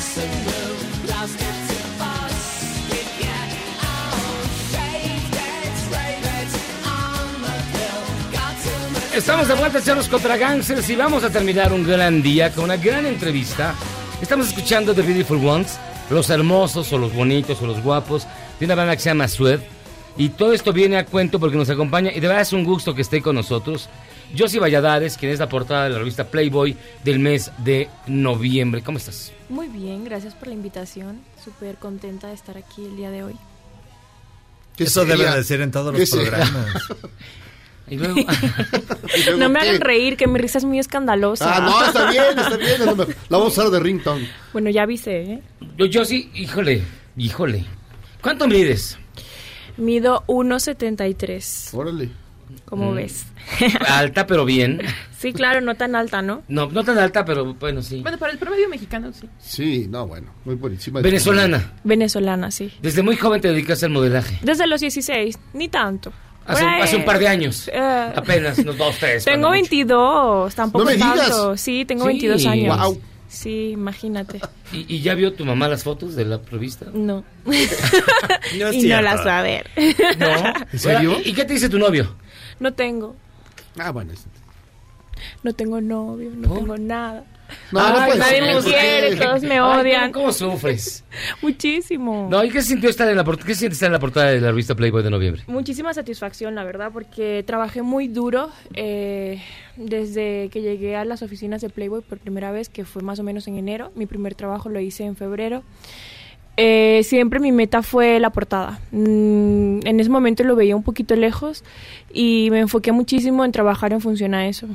Lost it to us, we get our favorites, favorites on the pill. Got to my Estamos de vuelta, Charlos contra Gangsters, y vamos a terminar un gran día con una gran entrevista. Estamos escuchando The Beautiful Ones, los hermosos o los bonitos o los guapos, de una banda que se llama Sued. Y todo esto viene a cuento porque nos acompaña, y de verdad es un gusto que esté con nosotros, Josie Valladares, quien es la portada de la revista Playboy del mes de noviembre. ¿Cómo estás? Muy bien, gracias por la invitación. Súper contenta de estar aquí el día de hoy. Eso sería? debe decir en todos ¿Qué los sería? programas. Y luego- No me hagan reír, que mi risa es muy escandalosa. Ah, no, está bien, está bien. es lo mejor. La vamos a usar de ringtone. Bueno, ya avisé, ¿eh? Yo, Josie, híjole, híjole. ¿Cuánto mides? Mido 1,73. Órale. ¿Cómo Mm. ves? Alta, pero bien. Sí, claro, no tan alta, ¿no? No, no tan alta, pero bueno, sí. Bueno, para el promedio mexicano, sí. Sí, no, bueno, muy por encima. de- Venezolana. Venezolana, sí. Desde muy joven te dedicas al modelaje. Desde los 16, ni tanto. Hace, Por ahí- hace un par de años. Eh, Apenas, unos dos, tres. Tengo cuando 22, tampoco No me digas. tanto. Sí, tengo Sí. 22 años. Guau. Sí, imagínate. mucho. ¿Y, y ya vio tu mamá las fotos de la revista? No. No y no las va a ver. ¿No? ¿En serio? ¿Y qué te dice tu novio? No tengo. Ah, bueno. No tengo novio, no tengo nada. Ah, No, Ay, no puede nadie ser, me ¿por qué? quiere, todos Ay, me no, odian. ¿Cómo sufres? Muchísimo. No, ¿y qué sintió estar en la portada? ¿Qué sientes estar en la portada de la revista Playboy de noviembre? Muchísima satisfacción, la verdad, porque trabajé muy duro eh, desde que llegué a las oficinas de Playboy por primera vez, que fue más o menos en enero. Mi primer trabajo lo hice en febrero. eh, siempre mi meta fue la portada. Mm, en ese momento lo veía un poquito lejos y me enfoqué muchísimo en trabajar en función a eso.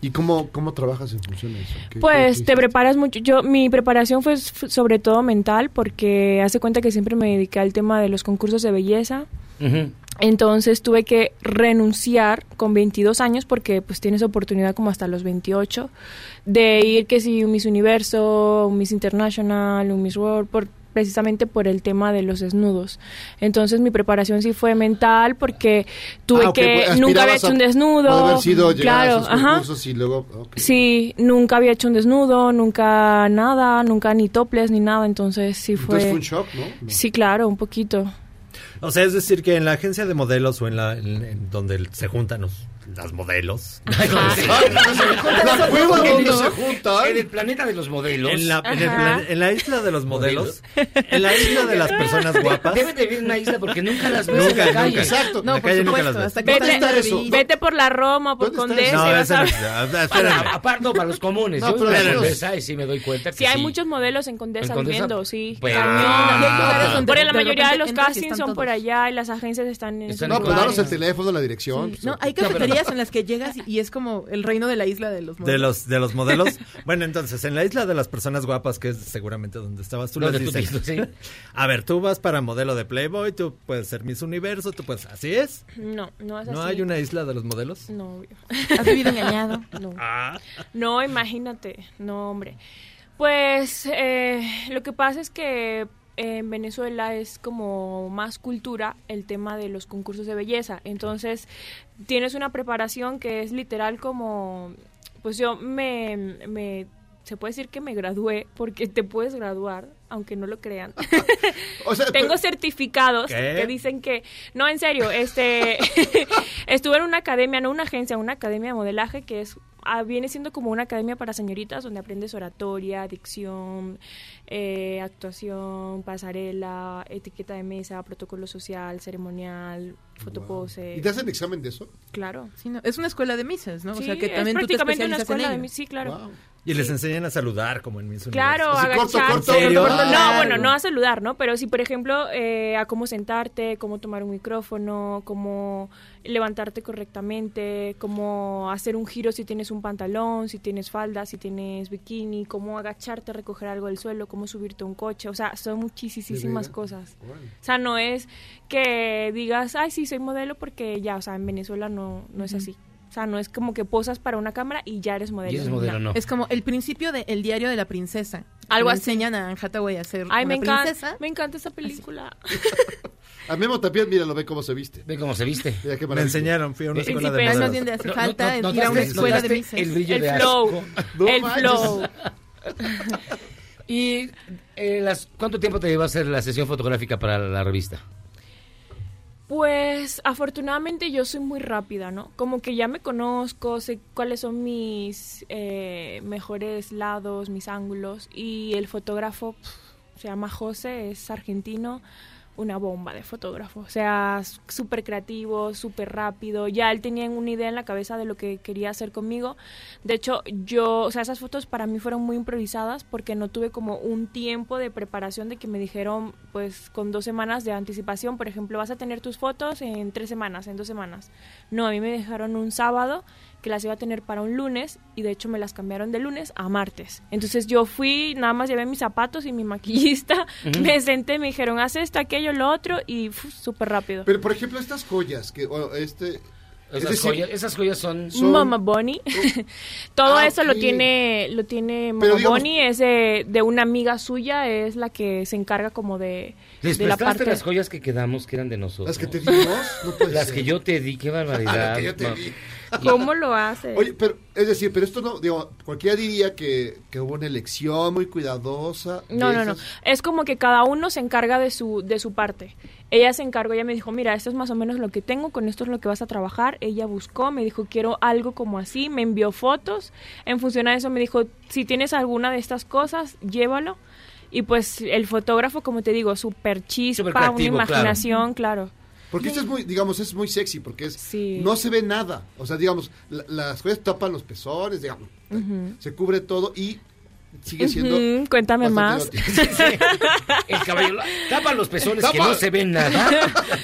¿Y cómo, cómo trabajas en función a eso? ¿Qué- Pues qué- te preparas mucho. Yo mi preparación fue s- f- sobre todo mental porque hace cuenta que siempre me dediqué al tema de los concursos de belleza. Entonces tuve que renunciar con 22 años porque pues tienes oportunidad como hasta los 28 de ir que si un Miss Universo, un Miss International, un Miss World por precisamente por el tema de los desnudos. Entonces mi preparación sí fue mental porque tuve Ah, ok, que pues, nunca había aspirabas a- hecho un desnudo. a haber sido llegar claro, a esos ajá. concursos y luego... ok. Sí, nunca había hecho un desnudo, nunca nada, nunca ni toples ni nada, entonces sí fue... Entonces fue un shock, ¿no? Sí, claro, un poquito. O sea, es decir, que en la agencia de modelos o en la en- en donde se juntan los- las modelos. Ah. La cueva donde se En el planeta de los modelos. En la, en el plan- en la isla de los modelos. En la isla de las personas guapas. Debe de vivir en una isla porque nunca las ves Nunca, en la calle. nunca. Exacto. No, La por calle nunca supuesto, las ves. hasta que Vete, está eso? vete por la Roma, por Condesa. y vas a ver- Para, aparte, no, para los comunes. No, Yo pero en esos- Condesa y sí me doy cuenta que Sí, hay muchos modelos en Condesa, ¿En Condesa? viendo, sí. Pues, Pero- Cañón. Ah. Y hay lugares donde Porque de la mayoría repente de los entras y castings están son por todos. allá y las agencias están en esos No, pues lugares. danos el teléfono, la dirección. pues, No, hay No, pero- cafeterías en las que llegas y- y es como el reino de la isla de los De modelos. los, de los modelos. Bueno, entonces, en la isla de las personas guapas, que es seguramente donde estabas, tú Donde les tú dices, dices, a ver, tú vas para modelo de Playboy, tú puedes ser Miss Universo, tú puedes, así es. No, no es así. ¿No hay una isla de los modelos? No, obvio. ¿Has vivido engañado? No. Ah. No, imagínate. No, hombre. Pues eh, lo que pasa es que en Venezuela es como más cultura el tema de los concursos de belleza. Entonces tienes una preparación que es literal como, pues yo me, me- se puede decir que me gradué porque te puedes graduar, aunque no lo crean. Tengo certificados ¿Qué? que dicen que, no, en serio, este, estuve en una academia, no una agencia, una academia de modelaje que es ah, viene siendo como una academia para señoritas donde aprendes oratoria, dicción, eh, actuación, pasarela, etiqueta de mesa, protocolo social, ceremonial, fotopose. ¿Y te hacen examen de eso? Claro. Sí, no, Es una escuela de misas, ¿no? o Sí, sea que es también tú te prácticamente una especializas en escuela de ello. mis- sí, claro. Y les enseñan a saludar como en Miss Universo. Claro, Así, agacharse. ¿Serio? No, bueno, no a saludar, ¿no? Pero sí, por ejemplo, eh, a cómo sentarte, cómo tomar un micrófono, cómo levantarte correctamente, cómo hacer un giro si tienes un pantalón, si tienes falda, si tienes bikini, cómo agacharte, recoger algo del suelo, cómo subirte a un coche. O sea, son muchísimas veras? cosas. O sea, no es que digas, ay, sí, soy modelo porque ya, o sea, en Venezuela no, no es así. O sea, no es como que posas para una cámara y ya eres modelo. No. Es como el principio del diario de la princesa. Algo Le así. enseñan a Anne Hathaway a ser Ay, una me princesa. encanta, me encanta esa película. A Memo también, míralo, ve cómo se viste. Ve cómo se viste. Mira qué Me maravilla. enseñaron, fui a una escuela de Más modelos. bien le hace No, no, falta no, no, ir a una notaste- escuela de notaste misas. el brillo de asco. el flow. ¿Y eh, las, cuánto tiempo te llevó a hacer la sesión fotográfica para la revista? Pues afortunadamente yo soy muy rápida, ¿no? Como que ya me conozco, sé cuáles son mis eh, mejores lados, mis ángulos. Y el fotógrafo pf, se llama José, es argentino, una bomba de fotógrafo. O sea, s- súper creativo, súper rápido. Ya él tenía una idea en la cabeza de lo que quería hacer conmigo. De hecho, yo, o sea, esas fotos para mí fueron muy improvisadas porque no tuve como un tiempo de preparación de que me dijeron, pues, con dos semanas de anticipación, por ejemplo, vas a tener tus fotos en tres semanas, en dos semanas. No, a mí me dejaron un sábado que las iba a tener para un lunes y de hecho me las cambiaron de lunes a martes. Entonces yo fui, nada más llevé mis zapatos y mi maquillista, Ujú. me senté, me dijeron, haz esto, aquello, lo otro y fu, súper rápido. Pero, por ejemplo, estas joyas que... o este... Esas joyas- esas joyas son... Mama Bonnie. Todo Ah, eso lo ok. tiene lo tiene Mama Pero digamos- Bonnie, es de, de una amiga suya, es la que se encarga como de, ¿Les de la prestaste parte las joyas que quedamos que eran de nosotros? ¿Las que te dimos? No puede Las ser. que yo te di, qué barbaridad. Ah, que yo te No. vi. ¿Cómo lo hace? Oye, pero, es decir, pero esto no, digo, cualquiera diría que, que hubo una elección muy cuidadosa. de No, no, no. esas- Es como que cada uno se encarga de su, de su parte. Ella se encargó, ella me dijo, mira, esto es más o menos lo que tengo, con esto es lo que vas a trabajar. Ella buscó, me dijo, quiero algo como así, me envió fotos. En función a eso me dijo, si tienes alguna de estas cosas, llévalo. Y pues el fotógrafo, como te digo, súper chispa, creativo, una claro. imaginación, claro. Porque esto es muy, digamos, es muy sexy, porque es, no se ve nada. O sea, digamos, la- las joyas tapan los pezones, digamos, Ujú. se cubre todo y Sigue siendo. Ujú, cuéntame más. bastante El caballo lo- tapa los pezones que Tapa. no se ven nada.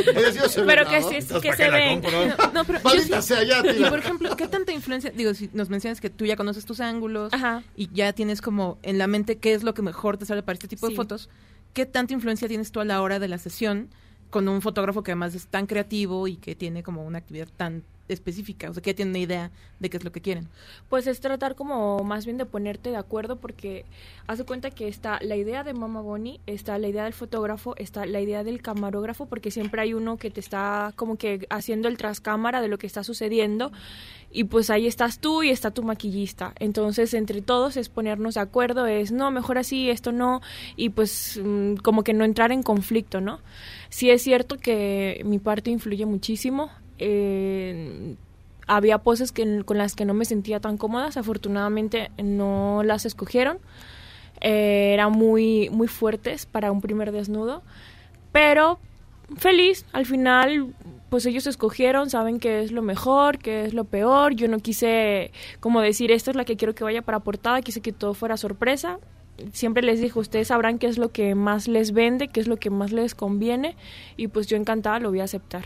Pero que sí, que se ven. No, No, pero yo Maldita sí- sea, ya, y tira. por ejemplo, ¿qué tanta influencia? Digo, si nos mencionas que tú ya conoces tus ángulos y ya tienes como en la mente qué es lo que mejor te sale para este tipo Sí. de fotos, ¿qué tanta influencia tienes tú a la hora de la sesión con un fotógrafo que además es tan creativo y que tiene como una actividad tan específica? O sea, que ya tiene una idea de qué es lo que quieren. Pues es tratar como más bien de ponerte de acuerdo porque hace cuenta que está la idea de Mama Bonnie, está la idea del fotógrafo, está la idea del camarógrafo porque siempre hay uno que te está como que haciendo el trascámara de lo que está sucediendo y pues ahí estás tú y está tu maquillista. Entonces entre todos es ponernos de acuerdo, es no, mejor así, esto no y pues mm, como que no entrar en conflicto, ¿no? Sí es cierto que mi parte influye muchísimo. eh, había poses que, con las que no me sentía tan cómodas. Afortunadamente no las escogieron. Eh, eran muy, muy fuertes para un primer desnudo. Pero feliz, al final, pues ellos escogieron, saben qué es lo mejor, qué es lo peor. Yo no quise como decir, esta es la que quiero que vaya para portada, quise que todo fuera sorpresa. Siempre les dije, ustedes sabrán qué es lo que más les vende, qué es lo que más les conviene. Y pues yo encantada lo voy a aceptar.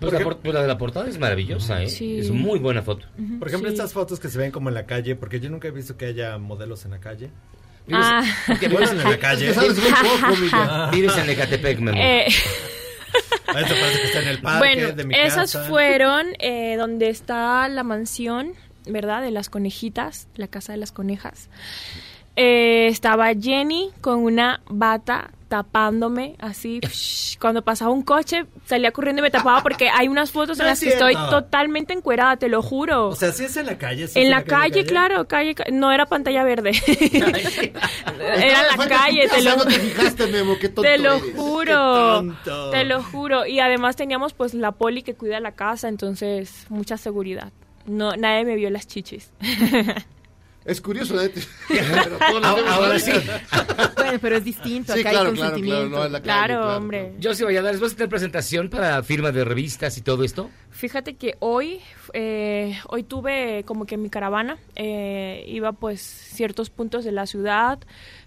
Pues la, por- pues la de la portada es maravillosa, ¿eh? Sí. Es muy buena foto. Ujú, Por ejemplo, sí. estas fotos que se ven como en la calle, porque yo nunca he visto que haya modelos en la calle. Ah. Porque bueno, en la calle. Ah. Es que sabes muy poco, mija. Vives en Ecatepec, mi amor. Eh, Esto parece que está en el parque bueno, de mi esas casa. fueron eh, donde está la mansión, ¿verdad? De las conejitas, la casa de las conejas. Eh, estaba Jenny con una bata tapándome así. psh, Cuando pasaba un coche salía corriendo y me tapaba porque hay unas fotos en No las es que estoy cierto. totalmente encuerada, te lo juro. O sea, sí es en la calle. sí es en la calle, calle. claro, calle, ca- no era pantalla verde. era la Estaba enfrente de tu calle, te casa, lo No te fijaste, Memo, qué tonto te lo eres. juro. Qué tonto. Te lo juro. Y además teníamos pues la poli que cuida la casa, entonces mucha seguridad. No, nadie me vio las chichis. Es curioso, ¿eh? la neta. Ahora- ahora sí. bueno, pero es distinto. Sí, acá claro, hay claro, consentimiento. claro, no, en la calle, Claro, claro, hombre. Yo sí voy a dar, ¿les vas a tener presentación para firma de revistas y todo esto? Fíjate que hoy, eh, hoy tuve como que mi caravana eh, iba pues ciertos puntos de la ciudad,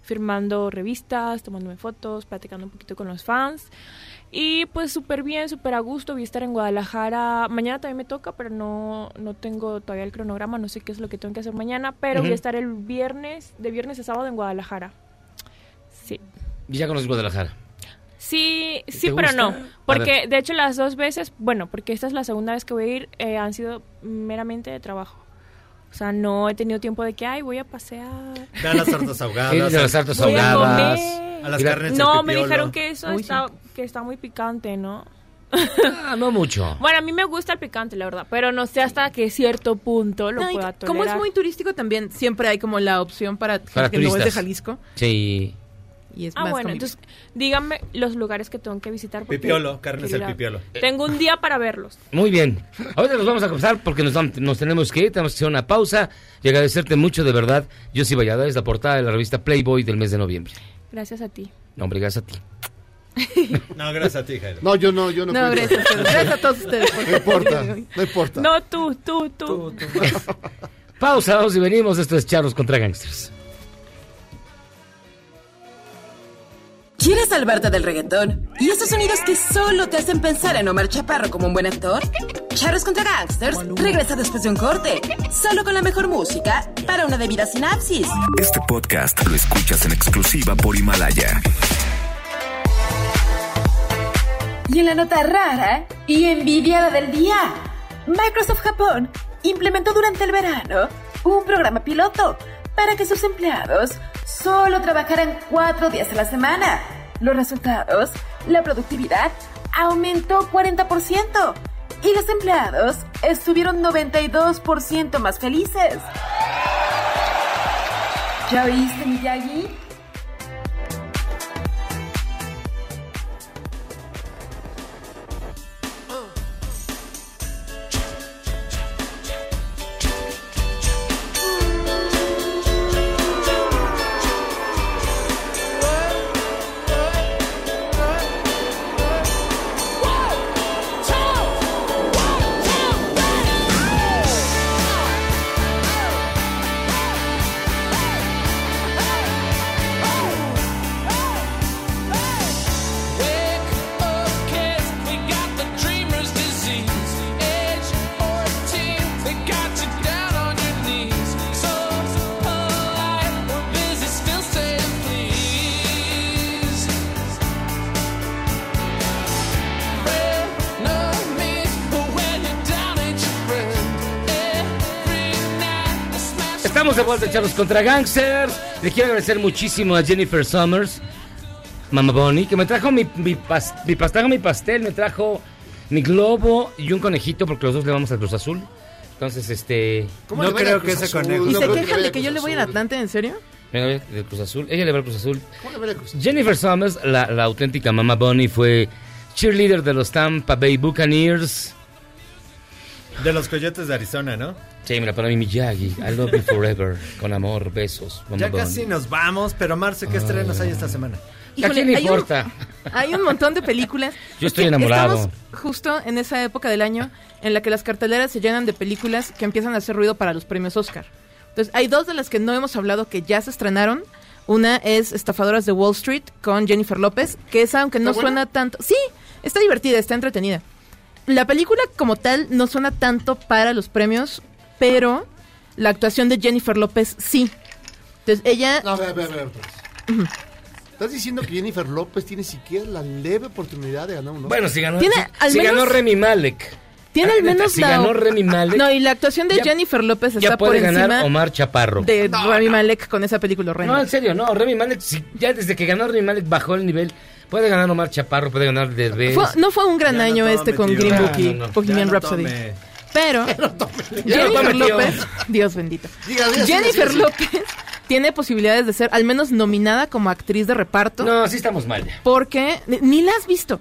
firmando revistas, tomándome fotos, platicando un poquito con los fans. Y pues súper bien, súper a gusto, voy a estar en Guadalajara. Mañana también me toca, pero no, no tengo todavía el cronograma, no sé qué es lo que tengo que hacer mañana, pero voy Ujú. a estar el viernes, de viernes a sábado en Guadalajara. Sí. Y ya conoces Guadalajara. Sí, ¿Te sí, pero gusta? no. Porque ver. de hecho las dos veces, bueno, porque esta es la segunda vez que voy a ir, eh, han sido meramente de trabajo. O sea, no he tenido tiempo de que, ay, voy a pasear. Ve a las tortas ahogadas. Sí, de las tortas Voy a ahogadas. comer. A las Mira- carnes No, me dijeron que eso Uy, está, que está muy picante, ¿no? Ah, no mucho. Bueno, a mí me gusta el picante, la verdad, pero no sé hasta qué cierto punto lo No, y pueda como es tolerar. muy turístico también, siempre hay como la opción para, gente Para que no es turistas. de Jalisco. Sí. Y es Ah, más bueno, conviv- entonces díganme los lugares que tengo que visitar. porque Pipiolo, carnes quiero ir al a- pipiolo. Tengo un día para verlos. Muy bien. Ahora nos vamos a conversar porque nos, vam- nos tenemos que ir, tenemos que hacer una pausa y agradecerte mucho, de verdad. Yo sí Valladares, la portada de la revista Playboy del mes de noviembre. Gracias a ti. No, hombre, gracias a ti. No, gracias a ti, Jairo. No, yo no, yo no. No, fui. gracias a ustedes. Gracias a todos ustedes por- No importa, no importa. No, tú, tú, tú. Pausa, vamos y venimos. Esto es Charlos contra Gangsters. ¿Quieres salvarte del reggaetón? ¿Y esos sonidos que solo te hacen pensar en Omar Chaparro como un buen actor? Charros contra Gangsters regresa después de un corte, solo con la mejor música para una debida sinapsis. Este podcast lo escuchas en exclusiva por Himalaya. Y en la nota rara y envidiada del día, Microsoft Japón implementó durante el verano un programa piloto para que sus empleados solo trabajaran cuatro días a la semana. Los resultados, la productividad aumentó 40% y los empleados estuvieron 92% más felices. ¿Ya oíste, Miyagi? Thank Estamos de vuelta, chavos, contra gangsters. Le quiero agradecer muchísimo a Jennifer Summers, Mama Bonnie, que me trajo mi, mi, pas- mi pastajo, mi pastel, me trajo mi globo y un conejito, porque los dos le vamos a Cruz Azul. Entonces, este. ¿Cómo No le va a ir creo a Cruz que ese Azul? conejo- No ¿Y se creo que quejan vaya de que yo le voy al Atlante? ¿En serio? Venga, ve, de Cruz Azul. Ella le va al Cruz Azul. ¿Cómo le va a ir a Cruz Jennifer Summers, la, la auténtica mamá Bonnie, fue cheerleader de los Tampa Bay Buccaneers. De los coyotes de Arizona, ¿no? Sí, mira, para mí Miyagi. I love you forever. Con amor, besos. Mama Ya Bonnie. casi nos vamos, pero Marce, ¿qué estrenos hay esta semana? ¿A quién le hay un- importa? Hay un montón de películas. Yo estoy Es que enamorado. Estamos justo en esa época del año en la que las carteleras se llenan de películas que empiezan a hacer ruido para los premios Oscar. Entonces, hay dos de las que no hemos hablado que ya se estrenaron. Una es Estafadoras de Wall Street con Jennifer López, que esa, aunque no ¿Está buena? suena tanto. Sí, está divertida, está entretenida. La película como tal no suena tanto para los premios, pero la actuación de Jennifer López sí. Entonces, ella. No, a ver, a ver, a ver, otra vez. ¿Estás diciendo que Jennifer López tiene siquiera la leve oportunidad de ganar un Oscar? Bueno, si ganó, Tiene si, al si menos- ganó Remy Malek. Tiene Ah, al neta, menos si la- ganó Remy Malek. No, y la actuación de Ya- Jennifer López ya está por puede encima ganar Omar Chaparro. de Rami Malek con esa película No, horrenda. en serio, no. Remy Malek, sí, ya desde que ganó Remy Malek bajó el nivel. Puede ganar Omar Chaparro, puede ganar Derbez. Fue- no fue un gran año este con Green Book y No, no, no. Bohemian Rhapsody. Pero Ya no tome, Jennifer tío. López, Dios bendito. Diga, diga, sí, Jennifer sí, sí. López tiene posibilidades de ser al menos nominada como actriz de reparto. No, sí estamos mal. Porque ni- ni la has visto.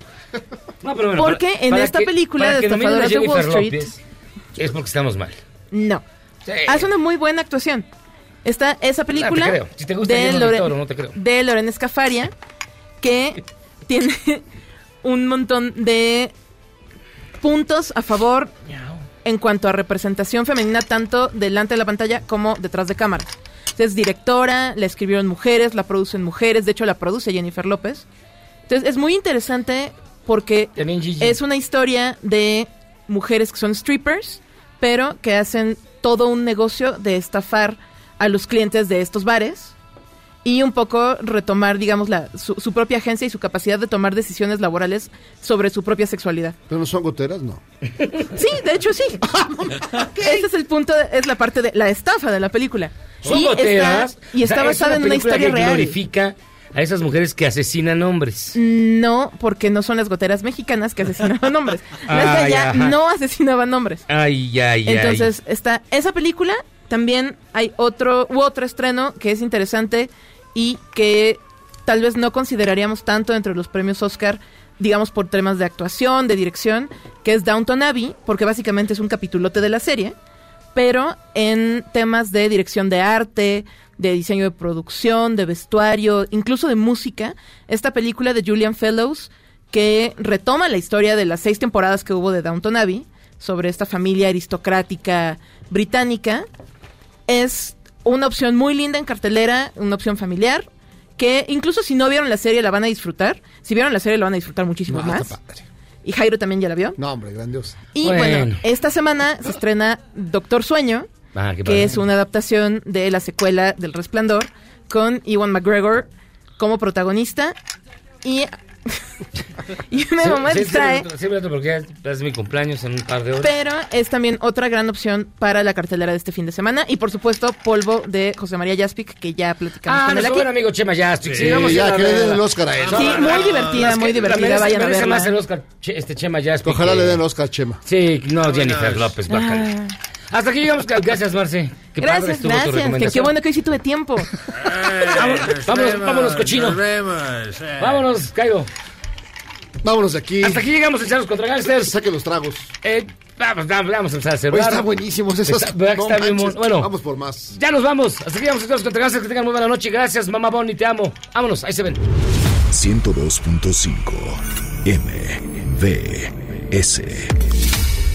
No, pero bueno, porque para- en para esta que- película para de que nominen a Estafadoras de Wall Jennifer Street López, es porque estamos mal. Ah, No. Hace una muy buena actuación. Está esa película creo. Si Ah, te gusta Guillermo del Loren- Toro, no te creo. de Lorena Scafaria, que tiene un montón de puntos a favor en cuanto a representación femenina, tanto delante de la pantalla como detrás de cámara. Es directora, la escribieron mujeres, la producen mujeres, de hecho la produce Jennifer López. Entonces es muy interesante porque es una historia de mujeres que son strippers, pero que hacen todo un negocio de estafar a los clientes de estos bares y un poco retomar, digamos, la, su, su propia agencia y su capacidad de tomar decisiones laborales sobre su propia sexualidad. Pero no son goteras, no. Sí, de hecho sí. Ese es el punto, es la parte de la estafa de la película. Son y goteras. Está, y O sea, está es basada en una película historia que real. glorifica a esas mujeres que asesinan hombres. No, porque no son las goteras mexicanas que asesinaban hombres. Las de Ay, allá Ah, ajá. no asesinaban hombres. Ay, ay, ay. Entonces está esa película. También hay otro u otro estreno que es interesante y que tal vez no consideraríamos tanto entre los premios Oscar, digamos por temas de actuación, de dirección, que es Downton Abbey, porque básicamente es un capitulote de la serie, pero en temas de dirección de arte, de diseño de producción, de vestuario, incluso de música. Esta película de Julian Fellows que retoma la historia de las seis temporadas que hubo de Downton Abbey sobre esta familia aristocrática británica. Es una opción muy linda en cartelera, una opción familiar, que incluso si no vieron la serie la van a disfrutar. Si vieron la serie la van a disfrutar muchísimo No, más. está Y Jairo también ya la vio. No, hombre, grandiosa. Y bueno. esta semana se estrena Doctor Sueño, Ah, qué padre. que es una adaptación de la secuela del Resplandor, con Ewan McGregor como protagonista. Y, y mi mamá Sí, sí, distrae. sí, sí, porque ya es mi cumpleaños en un par de horas. Pero es también otra gran opción para la cartelera de este fin de semana. Y por supuesto, Polvo de José María Jaspic, que ya platicamos Ah, con él nuestro aquí. buen amigo Chema Yastic. Sí, ya, que le den el Oscar a él. Sí, Ah, muy divertida, muy divertida, vayan a verla. más el Oscar, che- este Chema Yastic. Ojalá que- le den el Oscar a Chema. Sí, no, Jennifer López, Ah. bájale. Hasta aquí llegamos. Gracias, Marce. Qué padre gracias, estuvo gracias. Que tu qué recomendación. bueno que hoy sí tuve tiempo. Vámonos, vámonos, vámonos, cochino. eh. Vámonos, Cairo. Vámonos de aquí. Hasta aquí llegamos a echarnos contra gangsters. Saque los tragos. Eh, vamos, vamos, vamos a empezar a Oye, cerrar. está buenísimo. Esos, Está- ¿verdad que no está bien manches, mon- bueno. Vamos por más. Ya nos vamos. Hasta aquí llegamos a echarnos contra gangsters. Que tengan muy buena noche. Gracias, mamá Bonnie, te amo. Vámonos, ahí se ven. 102.5 MBS